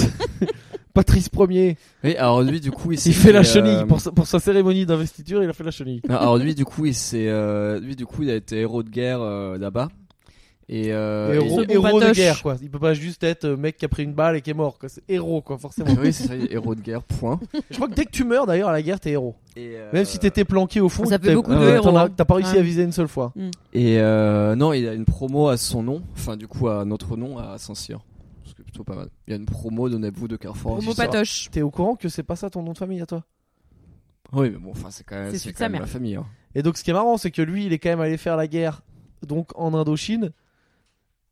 A: Patrice Ier.
C: Oui, alors lui, du coup, il, s'est
A: Il fait la
C: euh,
A: chenille pour sa, pour sa cérémonie d'investiture. Il a fait la chenille.
C: Non, alors lui, du coup, il s'est. euh, lui, du coup, il a été héros de guerre euh, là-bas. Et, euh,
A: héros
B: Ce bon
A: héros de
B: patoche.
A: guerre quoi. Il peut pas juste être euh, mec qui a pris une balle et qui est mort quoi. C'est héros quoi forcément.
C: il- oui, c'est ça, il est héros de guerre, point.
A: je crois que dès que tu meurs d'ailleurs à la guerre t'es héros.
C: Et, euh,
A: Même si t'étais planqué au fond.
B: Ça
A: que
B: fait
A: t'as-
B: beaucoup
C: de
A: euh,
B: héros,
A: t'en as-
B: hein.
A: T'as pas réussi
B: Ouais.
A: à viser une seule fois.
C: Et euh, non, il a une promo à son nom, enfin, du coup, à notre nom, à Saint-Cyr. Ce qui est plutôt pas mal. Il y a une promo de Naboo de Carrefour.
B: Promo
C: je sais pas.
B: patoche.
A: T'es au courant que c'est pas ça ton nom de famille à toi.
C: Oui, mais bon, enfin, c'est quand
B: C'est
C: même, c'est
B: celui de sa
C: quand même
B: mère.
C: la famille. hein.
A: Et donc ce qui est marrant, c'est que lui, il est quand même allé faire la guerre donc en Indochine.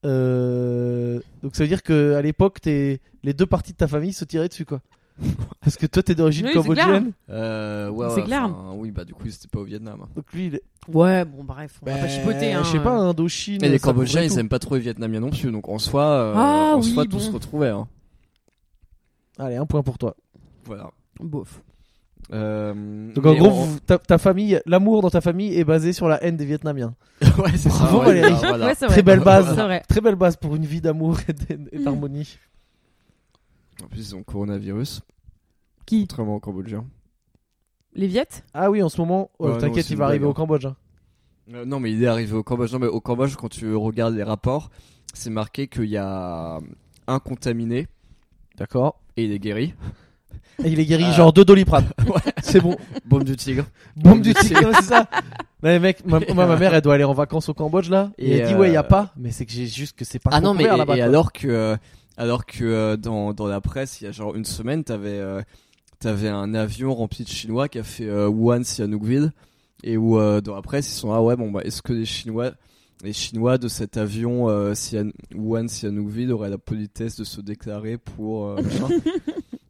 A: Euh, Donc ça veut dire que à l'époque, t'es... les deux parties de ta famille se tiraient dessus, quoi. Parce que toi, t'es d'origine
B: Oui, c'est
A: cambodgienne.
C: Euh, ouais,
B: C'est
C: ouais,
B: clair.
C: enfin, Oui, bah, du coup, c'était pas au Vietnam. hein.
A: Donc lui, il est...
B: Ouais, bon, bref, on va pas
A: Bah,
B: chipoter. Hein,
A: Je sais pas,
B: euh.
A: Indochine.
C: Et
A: ça
C: les
A: couvrait
C: Cambodgiens, ils
A: tout.
C: aiment pas trop les Vietnamiens non plus, donc en soi, euh,
B: Ah,
C: en
B: oui,
C: soi,
B: bon.
C: tous se retrouvaient. hein.
A: Allez, un point pour toi.
C: Voilà.
B: Bof.
C: Euh,
A: Donc en
C: mais
A: gros,
C: on-
A: vous- ta, ta famille, l'amour dans ta famille est basé sur la haine des Vietnamiens.
C: ouais, c'est ça.
A: Bravo,
C: ouais,
A: Valérie.
C: bah, voilà.
B: Ouais, c'est
A: Très
B: vrai.
A: belle base.
B: C'est vrai.
A: Très belle base pour une vie d'amour et d'-
B: Mm.
A: et d'harmonie.
C: En plus, ils ont le coronavirus,
B: Qui
C: contrairement aux Cambodgiens.
B: Les Viettes
A: Ah oui, en ce moment, oh,
C: Ouais, non,
A: t'inquiète,
C: c'est
A: il
C: une
A: va arriver
C: blague,
A: au Cambodge. hein.
C: Euh, non, mais il est arrivé au Cambodge. Non, mais au Cambodge, quand tu regardes les rapports, c'est marqué qu'il y a un contaminé
A: D'accord.
C: et il est guéri.
A: Et il est guéri,
C: Ah.
A: genre deux doliprane. C'est bon.
C: Bombe du tigre.
A: Bombe du tigre, c'est ça. Non, mais mec, ma, moi, ma mère, elle doit aller en vacances au Cambodge là. Et,
C: euh, Et
A: elle dit,
C: euh,
A: ouais, y a pas. Mais c'est que j'ai juste que c'est pas
C: Ah non, mais
A: couvert
C: et,
A: là-bas.
C: et
A: quoi.
C: alors que, euh, alors que euh, dans, dans la presse, il y a genre une semaine, t'avais euh, t'avais un avion rempli de Chinois qui a fait euh, Wuhan Sihanoukville et où euh, dans la presse ils sont ah ouais bon bah est-ce que les Chinois les Chinois de cet avion euh, Sihan- Wuhan Sihanoukville auraient la politesse de se déclarer pour euh, machin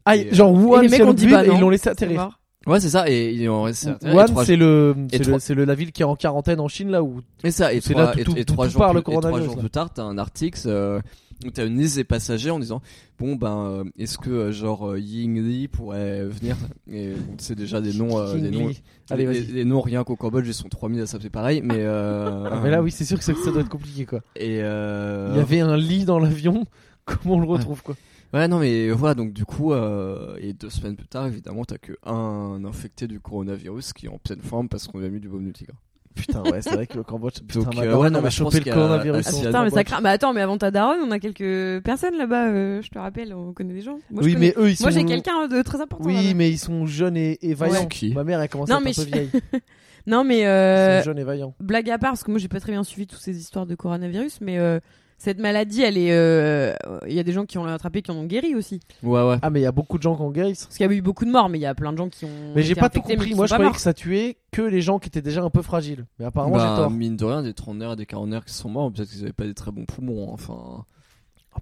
A: Ah,
C: et, euh,
A: genre Wuhan,
B: Et les
A: c'est
B: mecs ont dit
A: Hongrie,
B: bah
A: et
B: non.
A: ils l'ont laissé
B: C'est
A: atterrir.
B: mort.
C: ouais c'est ça et il en reste à terre, et
A: Wuhan,
C: trois-
A: c'est le, c'est
C: trois-
A: le, c'est le, la ville qui est en quarantaine en Chine là où.
C: et ça et
A: c'est
C: trois,
A: là tout-
C: et-
A: tout-
C: et
A: tout-
C: trois
A: tout
C: jours
A: part le
C: plus, et trois
A: coronavirus,
C: jours
A: là.
C: plus tard t'as un article euh, où t'as une liste des passagers en disant bon ben euh, est-ce que euh, genre euh, Ying Li pourrait venir et on sait déjà des noms euh, des
A: Yingli.
C: noms
A: Allez,
C: les,
A: vas-y.
C: les noms rien qu'au Cambodge ils sont 3000 à ça fait pareil mais euh,
A: Ah, mais là, oui, c'est sûr que ça, ça doit être compliqué quoi.
C: et euh,
A: Il y avait un lit dans l'avion. Comment on le retrouve quoi
C: Ouais, non, mais voilà, donc du coup, euh, et deux semaines plus tard, évidemment, t'as que un infecté du coronavirus qui est en pleine forme parce qu'on lui a mis du baume du tigre.
A: Putain, ouais, c'est vrai que le Cambodge. Putain,
C: Donc,
A: ma
C: euh,
A: daronne,
C: ouais, non,
A: elle
C: mais
A: a
C: je
A: chopé
C: pense
A: le
C: qu'à-
A: coronavirus.
C: à
A: au
C: Sienne-
B: Ah, Putain, mais ça
A: Cambodge.
B: craint. Mais attends, mais avant ta daronne, on a quelques personnes là-bas, euh, je te rappelle, on connaît des gens. Moi, je
A: Oui,
B: connais-
A: mais eux, ils sont.
B: Moi, j'ai quelqu'un de très important. là-bas.
A: Oui, mais ils sont jeunes et, et vaillants.
C: Ouais. Qui
A: Ma mère, elle commence
B: Non,
A: à être
B: mais
A: un peu
B: je- euh,
A: vieille.
B: Non, mais
A: Ils
B: euh,
A: sont jeunes et vaillants.
B: blague à part, parce que moi j'ai pas très bien suivi toutes ces histoires de coronavirus, mais euh, cette maladie, elle est. euh, Il y a des gens qui ont attrapé, qui en ont guéri aussi.
C: Ouais, ouais.
A: Ah, mais il y a beaucoup de gens qui en guérissent.
B: Parce qu'il y a eu beaucoup de morts, mais il y a plein de gens qui ont.
A: Mais j'ai
B: été
A: pas tout
B: infectés, mais qui
A: compris.
B: sont
A: Moi, je
B: pas
A: croyais
B: morts.
A: que ça tuait que les gens qui étaient déjà un peu fragiles. Mais apparemment,
C: Bah,
A: j'ai tort.
C: mine de rien, des trentenaires et des quarantenaires qui sont morts, peut-être qu'ils avaient pas des très bons poumons, hein, enfin.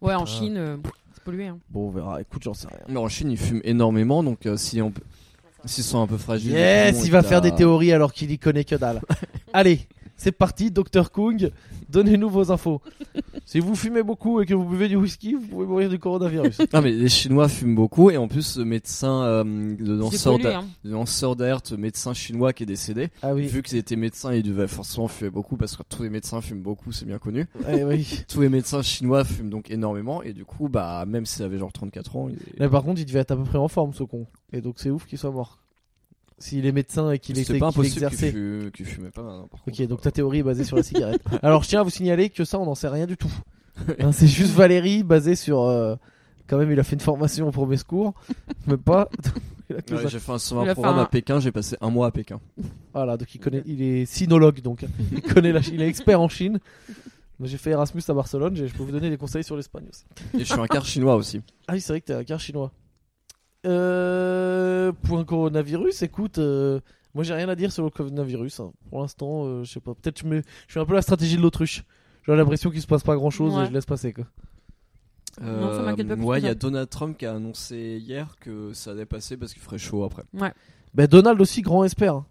B: Ouais, en
A: Putain.
B: Chine, euh, c'est pollué. hein.
A: Bon, on verra. Écoute, j'en sais rien.
C: Mais en Chine, ils fument énormément, donc euh, si on peut- S'ils sont un peu fragiles. Ah, les
A: Yes,
C: poumons,
A: il va
C: t'as-
A: faire des théories alors qu'il y connaît que dalle. Allez, c'est parti, Dr Kung. Donnez-nous vos infos. si vous fumez beaucoup et que vous buvez du whisky, vous pouvez mourir du coronavirus.
C: Non, mais les Chinois fument beaucoup, et en plus, le médecin, euh, le
B: C'est
C: danseur
B: pollué.
C: d'a-
B: hein.
C: le danseur d'alerte, médecin chinois qui est décédé,
A: Ah oui,
C: vu qu'ils étaient médecins, ils devaient forcément fumer beaucoup, parce que tous les médecins fument beaucoup, c'est bien connu.
A: eh oui.
C: Tous les médecins chinois fument donc énormément et du coup, bah, même s'il avait genre 34 ans, il est-
A: Là, par contre, il devait être à peu près en forme, ce con. Et donc, c'est ouf qu'il soit mort. S'il est médecin et qu'il
C: c'est
A: était
C: pas
A: qu'il
C: impossible qu'il
A: exerçait.
C: fume- qu'il fumait pas. hein, par
A: Ok,
C: contre.
A: donc ta théorie est basée sur la cigarette. Alors je tiens à vous signaler que ça, on n'en sait rien du tout. Hein, c'est juste Valérie basée sur. euh, quand même, il a fait une formation au premier secours, même pas. Il a que
C: Ouais,
A: ça.
C: j'ai fait un summer
B: Il a fait
C: programme
B: un-
C: à Pékin, j'ai passé un mois à Pékin.
A: Voilà, donc il connaît, il est sinologue, donc il connaît la, Chine, il est expert en Chine. Moi, j'ai fait Erasmus à Barcelone, j'ai- je peux vous donner des conseils sur l'Espagne aussi.
C: Et je suis un quart chinois aussi.
A: Ah oui, c'est vrai que t'es un quart chinois. Euh, pour un coronavirus, écoute, euh, moi j'ai rien à dire sur le coronavirus. hein. Pour l'instant, euh, je sais pas. Peut-être je me, je suis un peu la stratégie de l'autruche. J'ai l'impression qu'il se passe pas grand chose
B: Ouais.
A: et je laisse passer quoi.
B: Non, ça m'inquiète pas plus
C: Euh, ouais,
B: que
C: il y a
B: ça.
C: Donald Trump qui a annoncé hier que ça allait passer parce qu'il ferait chaud après.
A: Ben Donald aussi, grand expert. hein.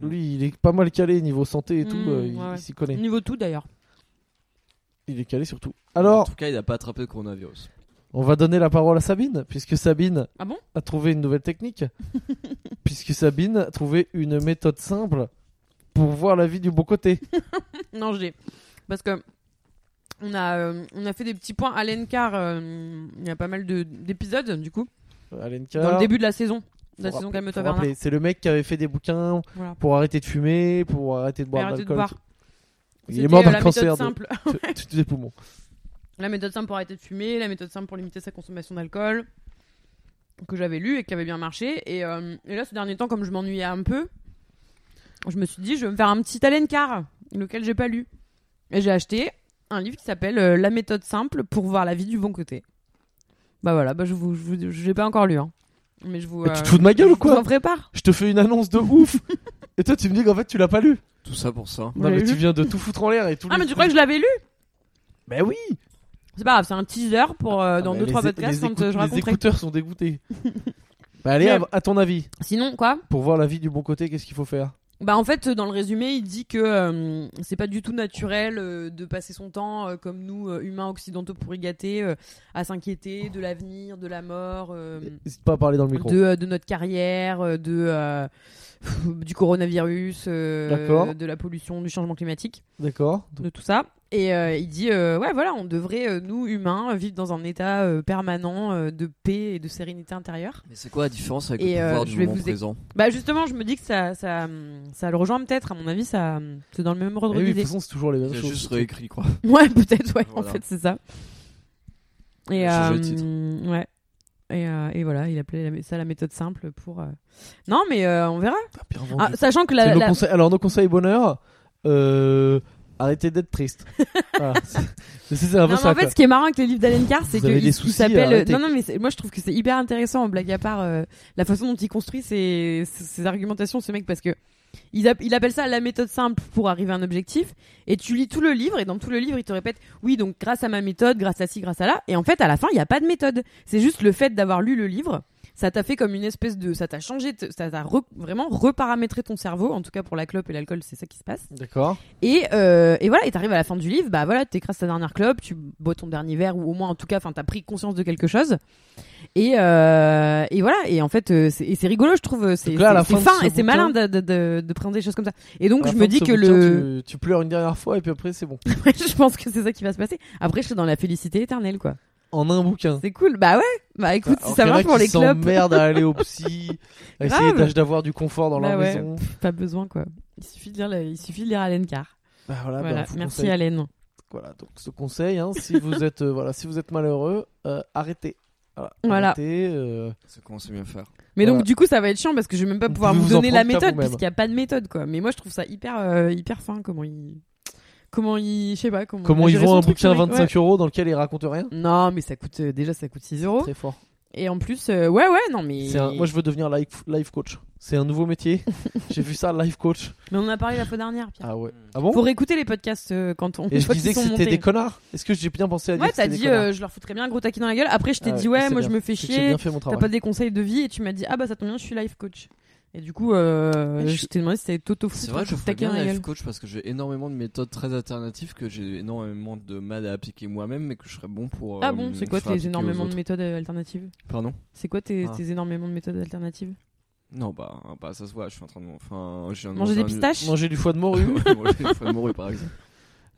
A: Lui, il est pas mal calé niveau santé et tout.
B: Mmh,
A: euh, il-
B: Mm. ouais, ouais.
A: il s'y connaît.
B: Niveau tout d'ailleurs.
A: Il est calé surtout.
C: en
A: Alors,
C: tout cas, il n'a pas attrapé le coronavirus.
A: on va donner la parole à Sabine, puisque Sabine
B: Ah bon
A: a trouvé une nouvelle technique. puisque Sabine a trouvé une méthode simple pour voir la vie du bon côté.
B: Non, j'ai. Parce que on a, euh, on a fait des petits points à l'ENCAR. euh, il y a pas mal de- d'épisodes, du coup,
A: Alenka,
B: dans le début de la saison. De la
A: Faut
B: saison
A: rappeler-
B: Calme-toi
A: faut
B: Bernard.
A: rappeler, c'est le mec qui avait fait des bouquins
B: Voilà.
A: pour arrêter de fumer, pour arrêter de boire
B: Arrêter de
A: l'alcool.
B: boire.
A: Il
B: C'était,
A: est mort
B: euh,
A: d'un
B: la
A: cancer
B: méthode
A: de,
B: simple.
A: de- des poumons.
B: La méthode simple pour arrêter de fumer, la méthode simple pour limiter sa consommation d'alcool, que j'avais lu et qui avait bien marché. Et, euh, et là, ce dernier temps, comme je m'ennuyais un peu, je me suis dit, je vais me faire un petit Alencar, lequel j'ai pas lu. Et j'ai acheté un livre qui s'appelle euh, La méthode simple pour voir la vie du bon côté. Bah voilà, bah je vous, je vous- je l'ai pas encore lu, hein. Mais je vous. euh,
A: Mais tu te fous de ma gueule
B: je
A: ou quoi
B: vous en prépare.
A: Je te fais une annonce de ouf Et toi, tu me dis qu'en fait, tu l'as pas lu.
C: Tout ça pour ça.
B: Vous
A: Non, mais
B: l'avez
A: tu
B: lu
A: viens de tout foutre en l'air et tout.
B: Ah mais tu crois que je l'avais lu
A: Bah oui
B: C'est pas grave, c'est un teaser pour euh,
A: Ah,
B: dans deux
A: mais
B: trois
A: les-
B: podcasts
A: les
B: quand
A: écoute-
B: euh, je
A: Les
B: raconterai.
A: écouteurs sont dégoûtés. bah allez, à, à ton avis,
B: Sinon quoi
A: pour voir la vie du bon côté, qu'est-ce qu'il faut faire
B: Bah en fait, dans le résumé, il dit que euh, c'est pas du tout naturel euh, de passer son temps euh, comme nous euh, humains occidentaux pourri gâtés euh, à s'inquiéter de l'avenir, de la mort, euh,
A: N'hésite pas à parler dans le micro.
B: de, euh, de notre carrière, euh, de euh, du coronavirus, euh,
A: D'accord.
B: de la pollution, du changement climatique,
A: D'accord
B: de tout ça. Et euh, il dit euh, ouais voilà, on devrait euh, nous humains vivre dans un état euh, permanent euh, de paix et de sérénité intérieure.
C: Mais c'est quoi la différence avec
B: Et,
C: le
B: euh,
C: pouvoir
B: je
C: du
B: vais
C: moment
B: vous é-
C: présent
B: Bah justement, je me dis que ça ça ça le rejoint peut-être à mon avis, ça c'est dans le même
A: Eh
B: ordre
A: oui, de
B: d'idée.
A: toute façon, c'est toujours les mêmes
C: Il a
A: choses.
C: juste réécrit, quoi.
B: Ouais, peut-être, ouais.
C: Voilà.
B: En fait, c'est ça. Et,
C: Il a changé
B: euh,
C: de
B: ouais. Et, euh, et voilà, il appelait la- ça la méthode simple pour. euh, Non, mais euh, on verra.
A: Ah, bien vendu.
B: Ah, sachant que
A: C'est
B: la,
A: nos
B: la-
A: conseils- Alors, nos conseils bonheur, euh, arrêtez d'être triste. Voilà. C'est- c'est- C'est un peu
B: Non, mais
A: ça.
B: en fait,
A: quoi.
B: ce qui est marrant avec les livres d'Allen Carr, c'est
A: Vous avez des
B: qu'ils
A: soucis,
B: s'appellent.
A: arrêtez.
B: Non, non, mais c'est- moi, je trouve que c'est hyper intéressant, blague à part, euh, la façon dont il construit ses, ses- ses argumentations, ce mec, parce que il, app- il appelle ça la méthode simple pour arriver à un objectif. Et tu lis tout le livre, et dans tout le livre, il te répète, oui, donc grâce à ma méthode, grâce à ci, grâce à là. Et en fait, à la fin, il n'y a pas de méthode. C'est juste le fait d'avoir lu le livre. Ça t'a fait comme une espèce de. Ça t'a changé, t- ça t'a re- vraiment reparamétré ton cerveau. En tout cas, pour la clope et l'alcool, c'est ça qui se passe.
A: D'accord.
B: Et, euh, et voilà, et t'arrives à la fin du livre, bah voilà, t'écrases ta dernière clope, tu bois ton dernier verre, ou au moins en tout cas, enfin, t'as pris conscience de quelque chose. Et, euh, et voilà, et en fait, euh, c'est et c'est rigolo, je trouve, c'est
A: Donc là, à la
B: c'est-
A: fin
B: c'est
A: de
B: fin
A: ce
B: et c'est
A: bouquin-
B: malin de, de, de, de présenter des choses comme ça. Et donc,
A: À la
B: je
A: fin
B: me
A: de
B: dis
A: ce
B: que
A: bouquin,
B: le.
A: Tu, tu pleures une dernière fois et puis après, c'est bon.
B: je pense que c'est ça qui va se passer. Après, je suis dans la félicité éternelle, quoi.
A: En un bouquin.
B: C'est cool, bah ouais, bah écoute, si
A: Alors
B: ça
A: qu'il y en a
B: marche pour
A: qui
B: les clopes,
A: s'emmerdent à aller au psy, à essayer
B: Grave.
A: d'ach- d'avoir du confort dans
B: Bah
A: leur
B: ouais.
A: maison.
B: pas besoin, quoi. Il suffit de lire, la- il suffit de lire Allen Carr.
A: Bah voilà, bah,
B: voilà,
A: faut
B: merci
A: conseiller.
B: Allen.
A: Voilà, donc ce conseil, hein, si vous êtes euh, voilà, si vous êtes malheureux, euh, arrêtez. Voilà.
B: Voilà.
A: Arrêtez, euh,
C: C'est comment c'est bien faire
B: Mais
A: Voilà.
B: donc du coup ça va être chiant parce que je vais même pas
A: Euh, Vous
B: pouvoir
A: pouvez
B: vous,
A: vous en
B: donner la
A: prendre qu'à
B: méthode
A: vous-même.
B: puisqu'il n'y a pas de méthode quoi. Mais moi je trouve ça hyper euh, hyper fin comment il comment il je sais pas comment
A: Comment
B: il a
A: ils
B: géré
A: vendent
B: son
A: un
B: truc,
A: bouquin à
B: ce mec.
A: 25 euros dans lequel ils racontent rien
B: Ouais. Non mais ça coûte euh, déjà ça coûte 6 euros
A: Très fort.
B: et en plus euh, ouais ouais non mais
A: C'est un- Moi, je veux devenir life, life coach. C'est un nouveau métier. J'ai vu ça, life coach.
B: mais on en a parlé la fois dernière Pierre.
A: Ah ouais. Ah bon
B: Faut réécouter les podcasts euh, quand on
A: Et
B: une
A: je
B: fois
A: disais
B: qu'ils
A: que
B: sont
A: c'était des
B: montés.
A: connards. Est-ce que j'ai bien pensé à dire
B: Ouais
A: que
B: t'as
A: c'était des
B: dit
A: connards
B: euh, je leur foutrais bien un gros taquet dans la gueule. Après je t'ai
A: Ah
B: dit
A: ouais,
B: ouais
A: c'est
B: moi
A: bien.
B: je me fais
A: C'est que J'ai
B: chier.
A: bien fait mon
B: T'as
A: travail.
B: pas des conseils de vie et tu m'as dit ah bah ça tombe bien je suis life coach. Et du coup euh,
A: Ouais, je-
B: je t'ai demandé si t'avais Toto
C: C'est vrai que je ferais
B: taquet dans
C: bien
B: la
C: life
B: gueule.
C: coach parce que j'ai énormément de méthodes très alternatives que j'ai énormément de mal à appliquer moi-même mais que je serais bon pour.
B: Ah
C: euh,
B: bon c'est
C: faire
B: quoi
C: appliquer
B: tes
C: aux
B: énormément de
C: autres.
B: méthodes euh, alternatives
C: Pardon
B: C'est quoi tes,
C: Ah.
B: tes énormément de méthodes alternatives
C: Non, bah, bah ça se voit, je suis en train de. Enfin,
A: Ah,
C: je viens de
B: Manger des
C: un-
B: pistaches
A: Manger du foie de morue.
C: Manger des foies de morue, par exemple.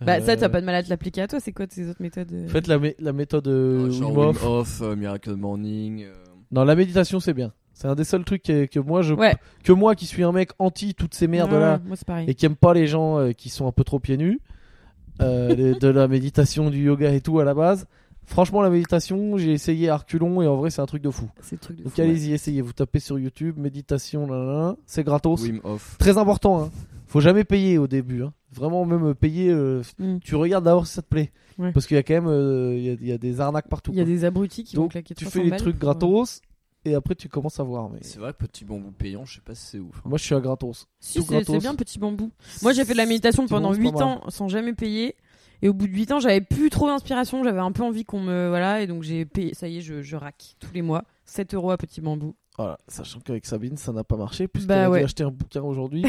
B: Bah ça,
A: Euh,
B: t'as pas de mal à te l'appliquer à toi. C'est quoi tes autres méthodes euh
A: Faites la, mé- la méthode euh,
C: Euh, genre
A: Wim Hof.
C: Wim Hof, euh, Miracle Morning. euh,
A: Non, la méditation, c'est bien. C'est un des seuls trucs que, que moi, je,
B: Ouais.
A: que moi qui suis un mec anti toutes ces merdes là
B: Ouais, Moi c'est pareil.
A: et qui aime pas les gens euh, qui sont un peu trop pieds nus, euh, de, de la méditation, du yoga et tout à la base. Franchement, la méditation, j'ai essayé à reculons et en vrai, c'est un truc de fou.
B: C'est le truc de
A: Donc
B: fou, ouais.
A: allez-y, essayez. Vous tapez sur YouTube, méditation, là, là, là. c'est gratos.
C: Wim Hof.
A: Très important. Hein. Faut jamais payer au début. hein. Vraiment, même euh, payer. euh,
B: Mm.
A: tu regardes d'abord si ça te plaît,
B: Ouais.
A: parce qu'il y a quand même, euh, il y, a- il y a des arnaques partout.
B: Il y a
A: quoi.
B: des abrutis qui vont
A: Donc
B: claquer
A: tu
B: 300
A: fais les
B: balles
A: trucs
B: pour, euh,
A: gratos et après tu commences à voir. Mais
C: C'est vrai que petit bambou payant, je sais pas si c'est ouf. hein.
A: moi, je suis à gratos.
B: Si
A: Tout
B: c'est- c'est
A: gratos.
B: bien petit bambou. Moi j'ai fait de la méditation
A: Petit
B: pendant
A: bambou,
B: 8
A: c'est pas mal.
B: ans sans jamais payer. Et au bout de 8 ans, j'avais plus trop d'inspiration, j'avais un peu envie qu'on me. Voilà, et donc j'ai payé. Ça y est, je, je rack tous les mois 7 euros à Petit Bambou.
A: Voilà, sachant qu'avec Sabine, ça n'a pas marché, puisqu'elle
B: Bah
A: a
B: ouais.
A: dû acheter un bouquin aujourd'hui.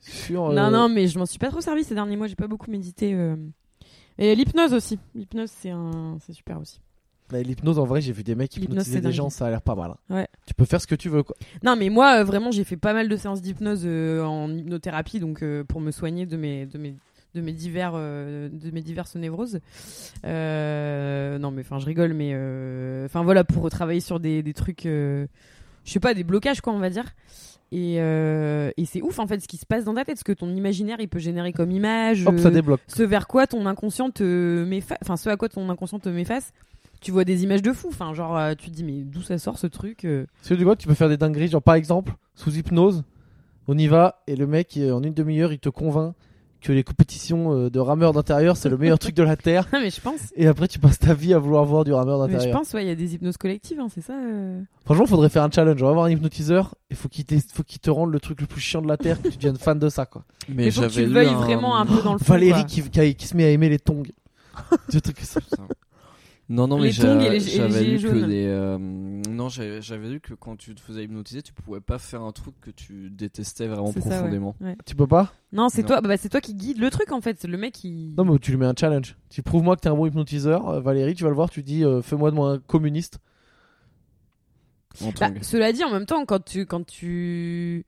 A: sur, euh,
B: Non, non, mais je m'en suis pas trop servi ces derniers mois, j'ai pas beaucoup médité. euh. Et l'hypnose aussi. L'hypnose, c'est un... c'est super aussi.
A: mais L'hypnose, en vrai, j'ai vu des mecs
B: L'hypnose,
A: hypnotiser
B: c'est
A: des
B: dingue.
A: gens, ça a l'air pas mal. hein.
B: Ouais.
A: Tu peux faire ce que tu veux, quoi.
B: Non, mais moi, euh, vraiment, j'ai fait pas mal de séances d'hypnose euh, en hypnothérapie, donc euh, pour me soigner de mes, de mes, de mes, divers, euh, de mes diverses névroses. Euh, non, mais enfin, je rigole, mais euh, enfin voilà, pour travailler sur des, des trucs, euh, je sais pas, des blocages, quoi, on va dire. Et, euh, et c'est ouf, en fait, ce qui se passe dans ta tête, ce que ton imaginaire, il peut générer comme image.
A: Hop, ça
B: euh,
A: débloque.
B: ce vers quoi ton inconscient te m'efface, enfin ce à quoi ton inconscient te m'efface, tu vois des images de fou, enfin genre euh, tu te dis mais d'où ça sort ce truc euh
A: Parce que tu vois, tu peux faire des dingueries, genre par exemple, sous hypnose, on y va, et le mec, il- en une demi-heure, il te convainc que les compétitions euh, de rameurs d'intérieur, c'est le meilleur truc de la Terre.
B: Ah mais je pense,
A: Et après, tu passes ta vie à vouloir voir du rameur
B: mais je
A: d'intérieur.
B: pense ouais, il y a des hypnoses collectives, hein, c'est ça. euh.
A: Franchement, faudrait faire un challenge. On va voir un hypnotiseur, il faut qu'il t'es- faut qu'il te rende le truc le plus chiant de la Terre, que tu deviennes fan de ça, quoi.
C: Mais
B: il faut que tu
C: j'avais
B: le
C: lu
B: veuilles
C: un-
B: vraiment un peu dans le fond.
A: Valérie
B: quoi.
A: qui, qui, a- qui se met à aimer les tongs. Des trucs comme ça.
C: Non, non,
B: Les
C: mais
B: tongs et les- et
C: j'a-
B: les
C: j'avais
B: gilets
C: lu que
B: jaunes.
C: des. euh, non, j'avais j'avais lu que quand tu te faisais hypnotiser, tu pouvais pas faire un truc que tu détestais vraiment
B: C'est ça, ouais.
C: profondément.
A: Tu peux pas
B: Non, c'est
C: Non.
B: toi, bah, c'est toi qui guide le truc en fait, c'est le mec qui.
A: Non, mais tu lui mets un challenge. Tu prouves-moi que t'es un bon hypnotiseur, euh, Valérie, tu vas le voir, tu dis euh, fais-moi de moi un communiste.
C: En
B: Bah,
C: tongs.
B: cela dit, en même temps, quand tu, quand tu,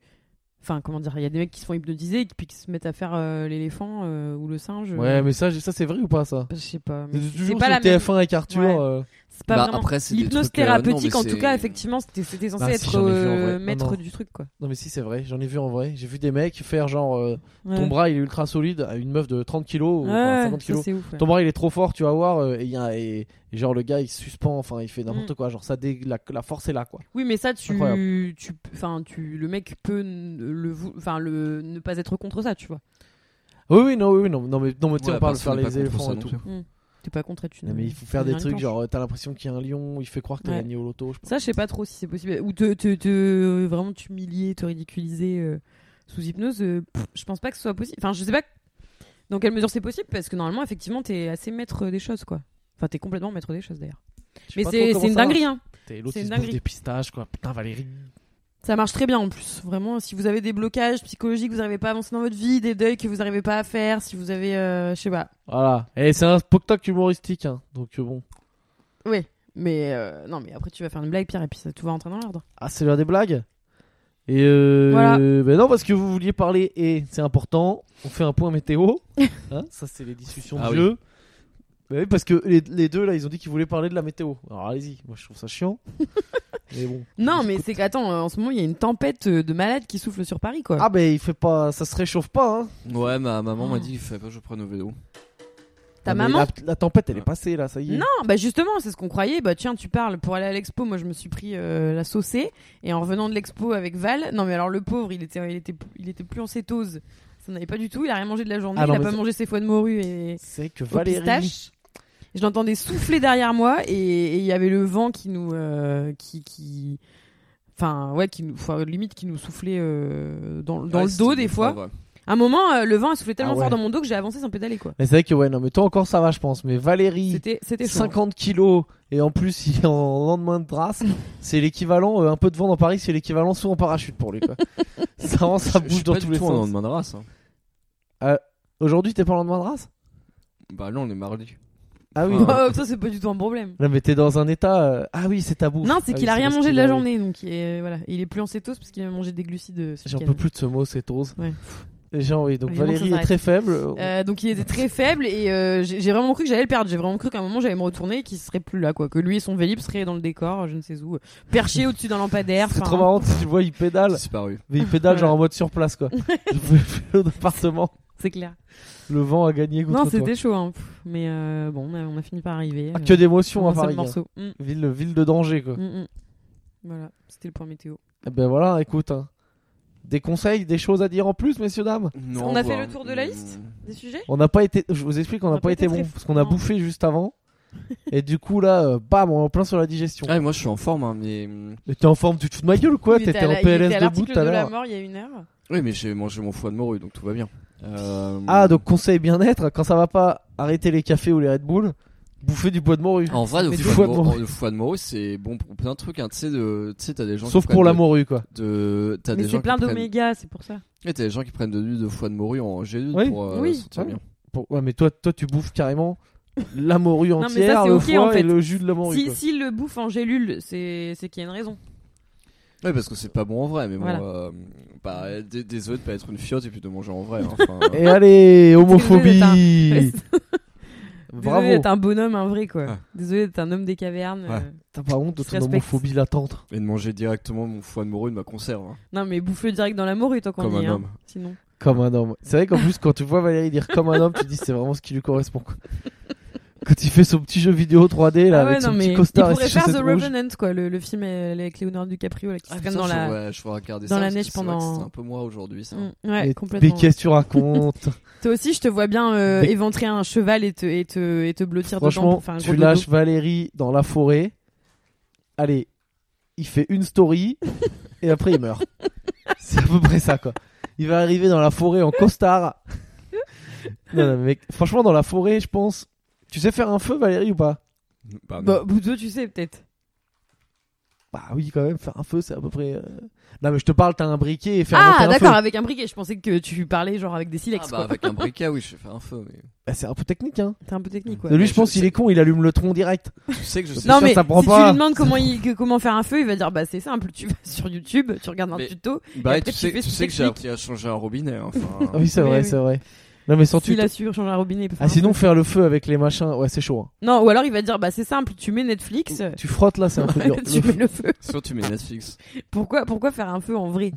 B: enfin comment dire, il y a des mecs qui se font hypnotiser et puis qui se mettent à faire euh, l'éléphant euh, ou le singe. euh,
A: Ouais, mais ça, j'ai- ça c'est vrai ou pas ça
B: Je sais pas. mais
A: C'est
B: Mm. c'est
A: toujours
B: pas
A: sur
B: la même-
A: TF1 avec Arthur.
B: Ouais.
A: euh,
B: C'est pas
C: Bah,
B: vraiment.
C: après, c'est des
B: L'hypnose
C: trucs, euh, non, mais
B: thérapeutique, en tout
C: c'est-
B: cas, effectivement, c'était c'était censé
A: Bah, si,
B: être
A: j'en ai vu, en
B: euh,
A: vrai. Non,
B: maître
A: non.
B: du truc, quoi.
A: Non mais si c'est vrai, j'en ai vu en vrai. J'ai vu des mecs faire genre euh,
B: Ouais.
A: ton bras il est ultra solide à une meuf de 30 kilos ou
B: Ouais,
A: enfin,
B: ça,
A: 50 kilos.
B: c'est ouf. ouais.
A: Ton bras il est trop fort, tu vas voir. euh, et, il y a- et- et genre le gars il se suspend, enfin il fait n'importe
B: Mm.
A: quoi. Genre ça dé- la, la force est là quoi.
B: Oui, mais ça, tu,
A: Incroyable.
B: tu, enfin, tu, le mec peut n- le, vou- enfin, le, ne pas être contre ça, tu vois.
A: Oui oui non oui oui, non non mais non mais tu sais,
C: Ouais,
A: on parle de
C: personne
A: faire
C: n'est pas
A: les
C: contre
A: éléphants
C: ça
A: et
C: non
A: tout.
C: plus.
B: T'es pas contre être une.
A: Non, mais il faut faire des
B: une
A: trucs
B: planche.
A: genre euh, t'as l'impression qu'il y a un lion, il fait croire que t'as
B: Ouais.
A: gagné au loto. je sais pas.
B: Ça, je sais pas trop si c'est possible. Ou te, te, te- vraiment t'humilier, te ridiculiser euh, sous hypnose, euh, pff, je pense pas que ce soit possible. Enfin, je sais pas dans quelle mesure c'est possible, parce que normalement, effectivement, t'es assez maître des choses, quoi. Enfin, t'es complètement maître des choses, d'ailleurs.
A: Je sais
B: Mais
A: pas
B: c'est
A: trop comment
B: c'est une
A: ça marche.
B: dinguerie, hein.
A: T'es l'autre
B: C'est
A: qui
B: une
A: se bouffe
B: dinguerie.
A: des pistaches quoi. Putain Valérie.
B: Ça marche très bien en plus. Vraiment, si vous avez des blocages psychologiques, que vous n'arrivez pas à avancer dans votre vie, des deuils que vous n'arrivez pas à faire, si vous avez, euh, je sais pas.
A: Voilà. Et Eh, c'est un spectacle humoristique hein. Donc euh, bon.
B: Oui. Mais euh, non, mais après tu vas faire une blague, Pierre, et puis ça, tout va rentrer dans l'ordre.
A: Ah, c'est l'heure des blagues Et euh,
B: Voilà.
A: ben non, parce que vous vouliez parler, et c'est important, on fait un point météo. Hein, ça, c'est les discussions
C: Ah
A: de
C: oui.
A: jeu. Ben oui, parce que les, les deux, là, ils ont dit qu'ils voulaient parler de la météo. Alors allez-y, moi je trouve ça chiant. mais bon.
B: Non, mais c'est qu'attends, euh, en ce moment il y a une tempête euh, de malades qui souffle sur Paris, quoi.
A: Ah, ben il fait pas, ça se réchauffe pas. Hein.
C: Ouais, ma maman m'a dit, fais pas, je prends nos vélos.
B: Ta
A: Non, mais
B: maman
A: la, la tempête, elle est passée là, ça y est.
B: Non, bah justement, c'est ce qu'on croyait. Bah tiens, tu parles. Pour aller à l'expo, moi je me suis pris euh, la saucée. Et en revenant de l'expo avec Val, non mais alors le pauvre, il était, il était, il était plus en cétose. Ça n'avait pas du tout. Il a rien mangé de la journée.
A: Ah non,
B: il a
A: mais
B: pas
A: c'est-
B: mangé ses foies de morue et.
A: C'est que
B: aux
A: Valérie.
B: pistaches. Je l'entendais souffler derrière moi et et il y avait le vent qui nous, euh, qui, qui, enfin ouais, qui nous, enfin, limite qui nous soufflait euh, dans, dans
C: Ouais,
B: le dos
C: c'était
B: des
C: fort,
B: fois.
C: ouais.
B: À un moment, euh, le vent a soufflé tellement
A: Ah ouais.
B: fort dans mon dos que j'ai avancé sans pédaler quoi.
A: Mais c'est vrai que, ouais, non, mais toi encore, ça va, je pense. Mais Valérie.
B: C'était, c'était chaud.
A: 50 kilos et en plus il est en lendemain de trace, c'est l'équivalent, euh, un peu de vent dans Paris, c'est l'équivalent saut en parachute pour lui. Quoi. ça, vraiment, ça
C: Je- je
A: bouge
C: suis
A: dans
C: pas
A: tous
C: du
A: les
C: tout en
A: sens.
C: lendemain de race, hein.
A: Aujourd'hui t'es pas en lendemain de race
C: Bah là, on est mardi.
A: Ah oui.
C: Ouais.
A: non.
B: Oh, ça c'est pas du tout un problème.
A: Là mais t'es dans un état... euh, Ah oui c'est tabou.
B: Non, c'est
A: Ah oui,
B: qu'il a rien
A: parce
B: mangé de
A: qu'il
B: la
A: a-
B: journée, donc euh, voilà, il est plus en cétose parce qu'il a mangé des glucides. euh, ce
A: J'en
B: week-end.
A: peux plus de ce mot, c'est ose.
B: Ouais.
A: Les gens, oui. Donc
B: Oui, non, ça
A: Valérie est
B: s'arrête.
A: très faible. euh,
B: Euh, donc il était très faible et euh, j'ai j'ai vraiment cru que j'allais le perdre. J'ai vraiment cru qu'à un moment j'allais me retourner et qu'il serait plus là, quoi. Que lui et son vélib seraient dans le décor, je ne sais où, perché au-dessus d'un lampadaire.
A: C'est
B: enfin, hein.
A: trop marrant, tu vois, il pédale.
C: Disparu.
A: Mais il pédale genre en mode sur place quoi. Je fais d'appartement.
B: C'est clair.
A: Le vent a gagné contre
B: Non,
A: toi.
B: c'était chaud, hein. Pff, mais euh, bon, on a, on a fini par arriver.
A: Ah,
B: euh,
A: que d'émotions
B: sur
A: à
B: un seul
A: Paris. hein.
B: morceau. Mm,
A: Ville, ville de danger quoi.
B: mm, mm. Voilà, c'était le point météo.
A: Eh ben voilà, écoute. hein. Des conseils, des choses à dire en plus, messieurs, dames
C: Non,
B: on a fait
C: voilà.
B: le tour de la liste
C: Mm.
B: Des sujets
A: On n'a pas été. Je vous explique, on n'a pas, été bon.
B: très
A: Parce qu'on a
B: fort.
A: bouffé juste avant. et du coup, là, euh, bam, on est en plein sur la digestion.
C: Ouais, moi je suis en forme, hein, mais. mm,
A: Mais Ah. T'es en forme, tu te fous de ma gueule ou quoi
B: Il était
A: T'étais
B: à
A: en
B: la- il était
A: PLS
B: à
A: debout
B: l'article
A: tout à
B: de la
A: l'heure.
B: mort il y a une heure.
C: Oui, mais j'ai mangé mon foie de morue, donc tout va bien. Euh,
A: Ah, donc conseil bien-être, quand ça va pas, arrêtez les cafés ou les Red Bull. bouffer du bois de morue.
C: En vrai, le
A: Mais du
C: foie
A: foie
C: de
A: de
C: mor-
A: morue.
C: le foie de morue, c'est bon pour plein de trucs. hein. Tu sais, de- tu sais, t'as des gens
A: Sauf
C: qui prennent
A: pour la
C: de-
A: morue, quoi.
C: De... T'as
B: Mais
C: des gens
B: c'est plein
C: qui prennent...
B: d'oméga, c'est pour ça.
C: Et t'as des gens qui prennent de l'huile de foie de morue en G2
A: Oui.
C: pour euh,
B: Oui.
C: sentir
A: Ouais.
C: bien.
A: Pour- Ouais, mais toi, toi, tu bouffes carrément la morue
B: mais ça,
A: entière,
B: c'est
A: le
B: ok,
A: foie
B: en fait.
A: et le jus de la morue.
B: Si,
A: quoi.
B: s'il le bouffe en gélule, c'est c'est qu'il y a une raison.
C: Ouais, parce que c'est pas bon en vrai, mais bon,
B: Voilà.
C: euh, bah, dé- désolé de pas être une fiote et puis de manger en vrai. hein. Enfin,
A: Et allez,
B: Désolé
A: homophobie
B: d'être Désolé
A: Bravo
B: d'être un bonhomme, un vrai quoi.
C: Ouais.
B: Désolé d'être un homme des cavernes.
C: Ouais.
B: euh.
A: T'as pas honte de
B: qui se
A: ton
B: respecte.
A: homophobie latente
C: Et de manger directement mon foie de morue de ma conserve. hein.
B: Non, mais bouffe-le direct dans la morue tant qu'on
C: Comme
B: y est.
C: un
B: hein.
C: homme.
B: Sinon.
A: Comme un homme. C'est vrai qu'en plus, quand tu vois Valérie dire comme un homme, tu te dis c'est vraiment ce qui lui correspond. quoi. Quand il fait son petit jeu vidéo 3D là,
B: Ah ouais,
A: avec son
B: non, mais
A: petit
B: il
A: costard et ses
B: pourrait faire
A: chaussettes
B: The
A: rouges.
B: Revenant, quoi, le, le film euh, avec Léonard DiCaprio là, qui se traîne
C: Ah, Putain,
B: dans
C: je,
B: la.
C: ouais, je vais regarder
B: dans
C: ça,
B: la
C: parce que
B: neige
C: c'est vrai que
B: pendant-
C: C'était un peu moi aujourd'hui, ça.
B: Mm, ouais,
A: Et
B: complètement.
A: Mais qu'est-ce que tu racontes
B: Toi aussi, je te vois bien euh,
A: Bec-
B: éventrer un cheval et te, et te, et te blottir dedans
A: Franchement,
B: pour faire un gros
A: tu
B: dodo.
A: lâches Valérie dans la forêt. Allez, il fait une story et après il meurt. C'est à peu près ça quoi. Il va arriver dans la forêt en costard. Non, non, mec, franchement, dans la forêt, je pense. Tu sais faire un feu, Valérie, ou pas
C: Bah, non.
B: Bah, Boudo, tu sais peut-être.
A: Bah oui, quand même, faire un feu, c'est à peu près. euh, Non, mais je te parle, t'as un briquet et faire monter
B: Ah,
A: un feu.
B: d'accord, avec un briquet. Je pensais que tu parlais genre avec des silex.
C: Ah, bah,
B: quoi.
C: avec un briquet, oui, je fais un feu. Mais...
A: Bah, c'est un peu technique, hein.
B: T'es un peu technique, ouais.
A: lui,
C: mais
A: je pense
C: je
A: qu'il
C: sais-
A: est con, il allume le tronc direct.
C: Tu sais que je sais
B: Non
A: sûr,
B: mais
A: ça prend
B: si tu
A: pas.
B: lui demandes comment, il- que- comment faire un feu, il va dire bah c'est simple, tu vas sur YouTube, tu regardes un
C: Mais-
B: tuto.
C: Bah,
B: Et
C: et tu
B: après, tu
C: sais,
B: fais
C: tu
B: ce
C: sais que j'ai
B: technique.
C: appris à changer un robinet.
A: Ah
C: hein, Enfin,
A: oui, c'est
B: Oui,
A: vrai,
B: oui.
A: c'est vrai. Non, mais sans tu.
B: S'il a su changer un robinet, il peut faire
A: Ah,
B: un
A: sinon,
B: feu.
A: faire le feu avec les machins, ouais, c'est chaud. hein.
B: Non, ou alors il va dire bah c'est simple, tu mets Netflix,
A: Tu frottes là, c'est un peu dur.
B: tu
A: Le
B: mets
A: feu-
B: le feu.
C: Soit tu mets Netflix.
B: Pourquoi pourquoi faire un feu en vrai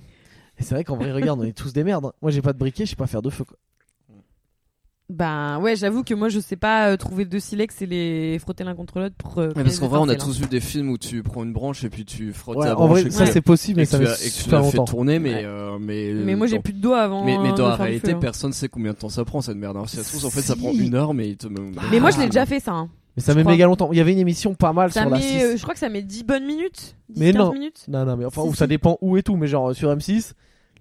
A: Et C'est vrai qu'en vrai, regarde, on est tous des merdes. hein. Moi, j'ai pas de briquet, je sais pas faire de feu. Quoi.
B: Ben ouais, j'avoue que moi je sais pas euh, trouver deux silex et les frotter l'un contre l'autre pour. euh,
C: Mais
B: créer
C: parce
B: des
C: qu'en vrai, on a
B: étincelles,
C: tous vu des films où tu prends une branche et puis tu frottes
A: Ouais,
C: la
A: en
C: branche.
A: vrai,
C: et
A: ça
C: que-
A: c'est possible, mais
C: et que
A: ça
C: tu
A: met
C: as- et que tu
A: super
C: l'as fait
A: longtemps.
C: tourner, mais.
B: Ouais.
C: euh, mais,
B: hein. Mais moi j'ai
C: dans-
B: plus de doigts avant.
C: Mais, mais
B: euh,
C: dans
B: de
C: la
B: faire le
C: réalité,
B: feu, hein.
C: personne sait combien de temps ça prend cette merde. Alors, si ça se trouve, en fait, ça
A: Si.
C: prend une heure, mais il te. me-
B: Mais moi je
A: Ah.
B: l'ai déjà fait ça. hein.
A: Mais ça
B: je
A: met
B: crois.
A: méga longtemps. Il y avait une émission pas mal
B: Ça
A: sur la
B: met,
A: 6.
B: euh, je crois que ça met 10 bonnes minutes, 10
A: Mais
B: 15
A: non.
B: minutes.
A: Non, non, mais enfin,
B: Si,
A: ou
B: si.
A: ça dépend où et tout, mais genre euh, sur M6,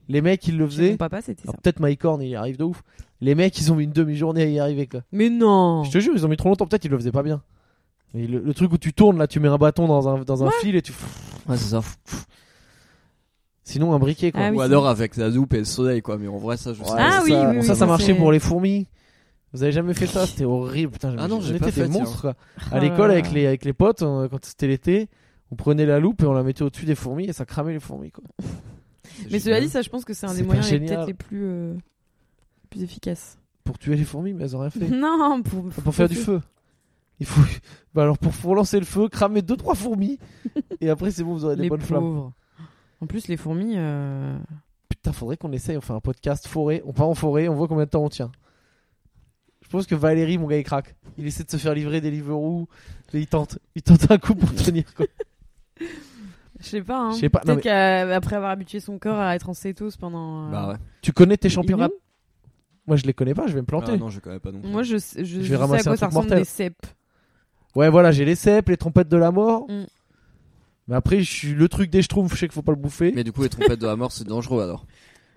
A: les mecs ils le
B: Chez
A: faisaient.
B: mon papa c'était ça.
A: Alors, Peut-être Mycorn il y arrive de ouf. Les mecs ils ont mis une demi-journée à y arriver quoi.
B: Mais non.
A: Je te jure, ils ont mis trop longtemps, peut-être ils le faisaient pas bien. Mais le, le truc où tu tournes là, tu mets un bâton dans un, dans un fil et tu.
C: Ouais, c'est ça.
A: Sinon un briquet quoi.
B: Ah oui,
C: Ou
B: c'est
C: alors avec la loupe et le soleil, quoi. Mais en vrai, ça, je sais.
A: Ouais,
B: Ah
A: ça,
B: oui, oui,
A: bon,
B: oui,
A: ça,
B: oui,
A: ça
B: ça,
A: marchait
B: c'est-
A: pour les fourmis. Vous avez jamais fait ça C'était horrible. Putain,
C: Ah non, j'ai
A: on
C: pas
A: était
C: fait,
A: des
C: tiens.
A: monstres. quoi.
B: Oh
A: À l'école,
B: là
A: avec
B: là.
A: les, avec les potes, on- quand c'était l'été, on prenait la loupe et on la mettait au-dessus des fourmis et ça cramait les fourmis. Quoi.
B: Mais cela dit, ça, je pense que c'est un
A: C'est
B: des
A: pas
B: moyens les-
A: génial.
B: peut-être les plus, euh, plus efficaces.
A: Pour tuer les fourmis, mais elles ont rien fait.
B: Non, pour,
A: pour faire du feu. Il faut. Bah alors, pour, pour lancer le feu, cramer 2-3 fourmis et après, c'est bon, vous aurez des
B: Les
A: bonnes flammes.
B: pauvres. En plus, les fourmis. euh,
A: Putain, faudrait qu'on essaye. On fait un podcast forêt. On part en forêt, on voit combien de temps on tient. Je pense que Valérie, mon gars, il craque. Il essaie de se faire livrer des Deliveroo. Et il tente. Il tente un coup pour tenir. Quoi.
B: Je sais pas. Hein.
A: Je sais pas, non,
B: Peut-être qu'après avoir habitué son corps à être en cétose pendant. euh,
C: Bah ouais.
A: Tu connais tes
B: Il y aura-
A: champignons Moi, je les connais pas. Je vais me planter.
C: Ah non, je connais pas non plus.
B: Moi, je, sais- je,
A: vais
B: je sais à
A: ramasser un
B: quoi ça
A: truc
B: ressemble
A: mortel.
B: des cèpes.
A: Ouais, voilà, j'ai les cèpes, les trompettes de la mort.
B: Mm.
A: Mais après, je suis le truc des schtroumpfs, je sais qu'il faut pas le bouffer. Mais,
C: Mais du coup, les trompettes de la mort, c'est dangereux alors.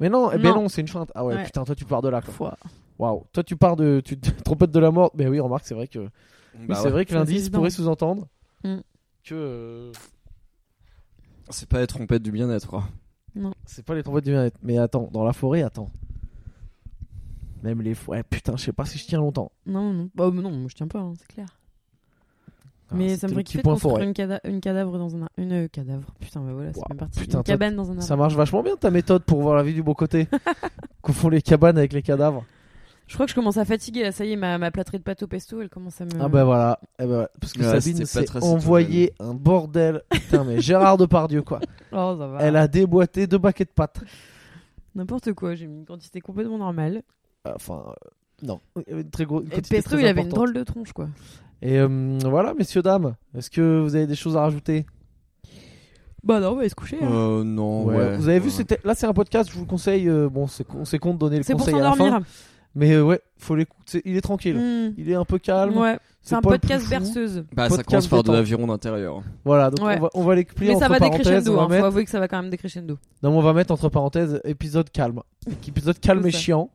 A: non, eh ben
B: Non.
A: non, c'est une feinte. Ah ouais,
B: Ouais.
A: putain, toi tu pars de là. quoi.
B: Foi.
A: Waouh, toi tu pars de tu... trompette de la mort. Mais oui, remarque, c'est vrai que
C: Bah
A: oui, c'est vrai que
B: Ça, c'est
A: l'indice
B: évident.
A: pourrait sous-entendre
B: Mm.
A: que euh,
C: C'est pas les trompettes du bien-être. quoi.
A: c'est pas les trompettes du bien-être. Mais attends, dans la forêt, attends. Même les forêts, putain, je sais pas si je tiens longtemps.
B: Non, non. Bah, mais non, moi, je tiens pas, hein, c'est clair.
A: Ah,
B: mais
A: c'était
B: ça me
A: le
B: ferait
A: petit
B: kiffer de
A: point
B: construire
A: forêt.
B: une, cada- une cadavre dans un. ar- Une euh, cadavre. Putain, bah voilà, c'est
A: Ouah,
B: bien parti.
A: putain,
B: une
A: toi,
B: cabane dans un arbre.
A: Ça marche vachement bien ta méthode pour voir la vie du bon côté. Confond les cabanes avec les cadavres.
B: Je crois que je commence à fatiguer là. Ça y est, ma, ma plâtrée de pâte au pesto, elle commence à me.
A: Ah bah voilà, Eh ben voilà. parce que
C: Ouais,
A: Sabine
C: c'était pas
A: s'est
C: très
A: envoyé un bordel. Putain mais Gérard Depardieu quoi.
B: Oh, ça va.
A: Elle a déboîté deux paquets de pâtes.
B: N'importe quoi, j'ai mis une quantité complètement normale.
A: Enfin euh, non, Il y avait une très grosse. une
B: Et
A: quantité
B: Pestro,
A: très
B: il avait une
A: importante.
B: drôle de tronche, quoi.
A: Et euh, voilà messieurs dames, est-ce que vous avez des choses à rajouter
B: Bah non, on va aller se coucher. hein.
C: Euh, non, ouais.
A: Vous avez vu
C: ouais.
A: c'était là c'est un podcast, je vous le conseille. euh, bon c'est con- c'est con de donner le
B: C'est pour
A: conseil à la fin,
B: s'endormir.
A: mais euh, ouais faut l'écouter. Il est tranquille,
B: Hmm.
A: il est un peu calme.
B: Ouais, c'est un
A: pas le plus
B: podcast
A: fou.
B: berceuse.
C: Bah, ça
A: podcast
C: commence par de
A: détente.
C: l'aviron d'intérieur.
A: Voilà donc
B: Ouais.
A: on va on va l'expliquer
B: Mais ça
A: entre
B: va
A: parenthèses. On
B: décrescendo, hein,
A: va mettre
B: faut avouer que ça va quand même décrescendo.
A: Non, mais on va mettre entre parenthèses épisode calme. Épisode calme
B: C'est
A: et
B: ça.
A: chiant.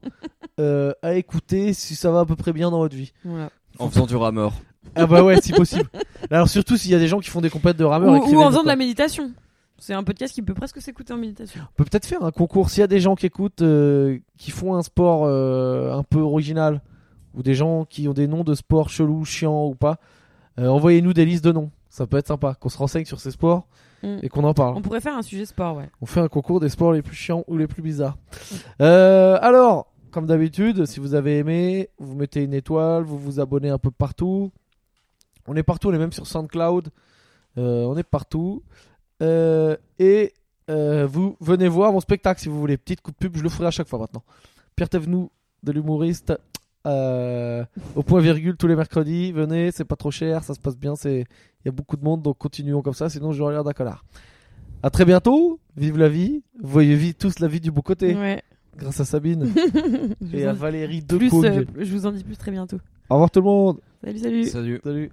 A: Euh, à écouter si ça va à peu près bien dans votre vie.
B: Voilà.
C: En faisant du rameur.
A: Ah bah ouais, si possible. Alors surtout s'il y a des gens qui font des compètes de
B: Ou,
A: rameurs.
B: ou en
A: écrivez-nous,
B: faisant de
A: quoi.
B: la méditation. C'est un podcast qui peut presque s'écouter en méditation.
A: On peut peut-être faire un concours. S'il y a des gens qui écoutent, euh, qui font un sport euh, un peu original, ou des gens qui ont des noms de sports chelous, chiants ou pas, euh, envoyez-nous des listes de noms. Ça peut être sympa. Qu'on se renseigne sur ces sports
B: Mm.
A: et qu'on en parle.
B: On pourrait faire un sujet sport, ouais.
A: On fait un concours des sports les plus chiants ou les plus bizarres. Euh, alors, comme d'habitude, si vous avez aimé, vous mettez une étoile, vous vous abonnez un peu partout. On est partout, on est même sur SoundCloud. Euh, on est partout. Euh, et euh, vous venez voir mon spectacle si vous voulez. Petite coup de pub, je le ferai à chaque fois maintenant. Pierre Thévenoud, de l'humoriste, euh, au point virgule tous les mercredis. Venez, c'est pas trop cher, ça se passe bien. c'est- Il y a beaucoup de monde, donc continuons comme ça, sinon j'aurai l'air d'un connard. À très bientôt. Vive la vie. Voyez vite tous la vie du beau côté.
B: ouais.
A: Grâce à Sabine
B: je,
A: et à
B: vous en...
A: Valérie
B: plus,
A: Decoung.
B: euh, je vous en dis plus très bientôt.
A: Au revoir tout le monde.
B: Salut, salut.
C: Salut.
A: Salut.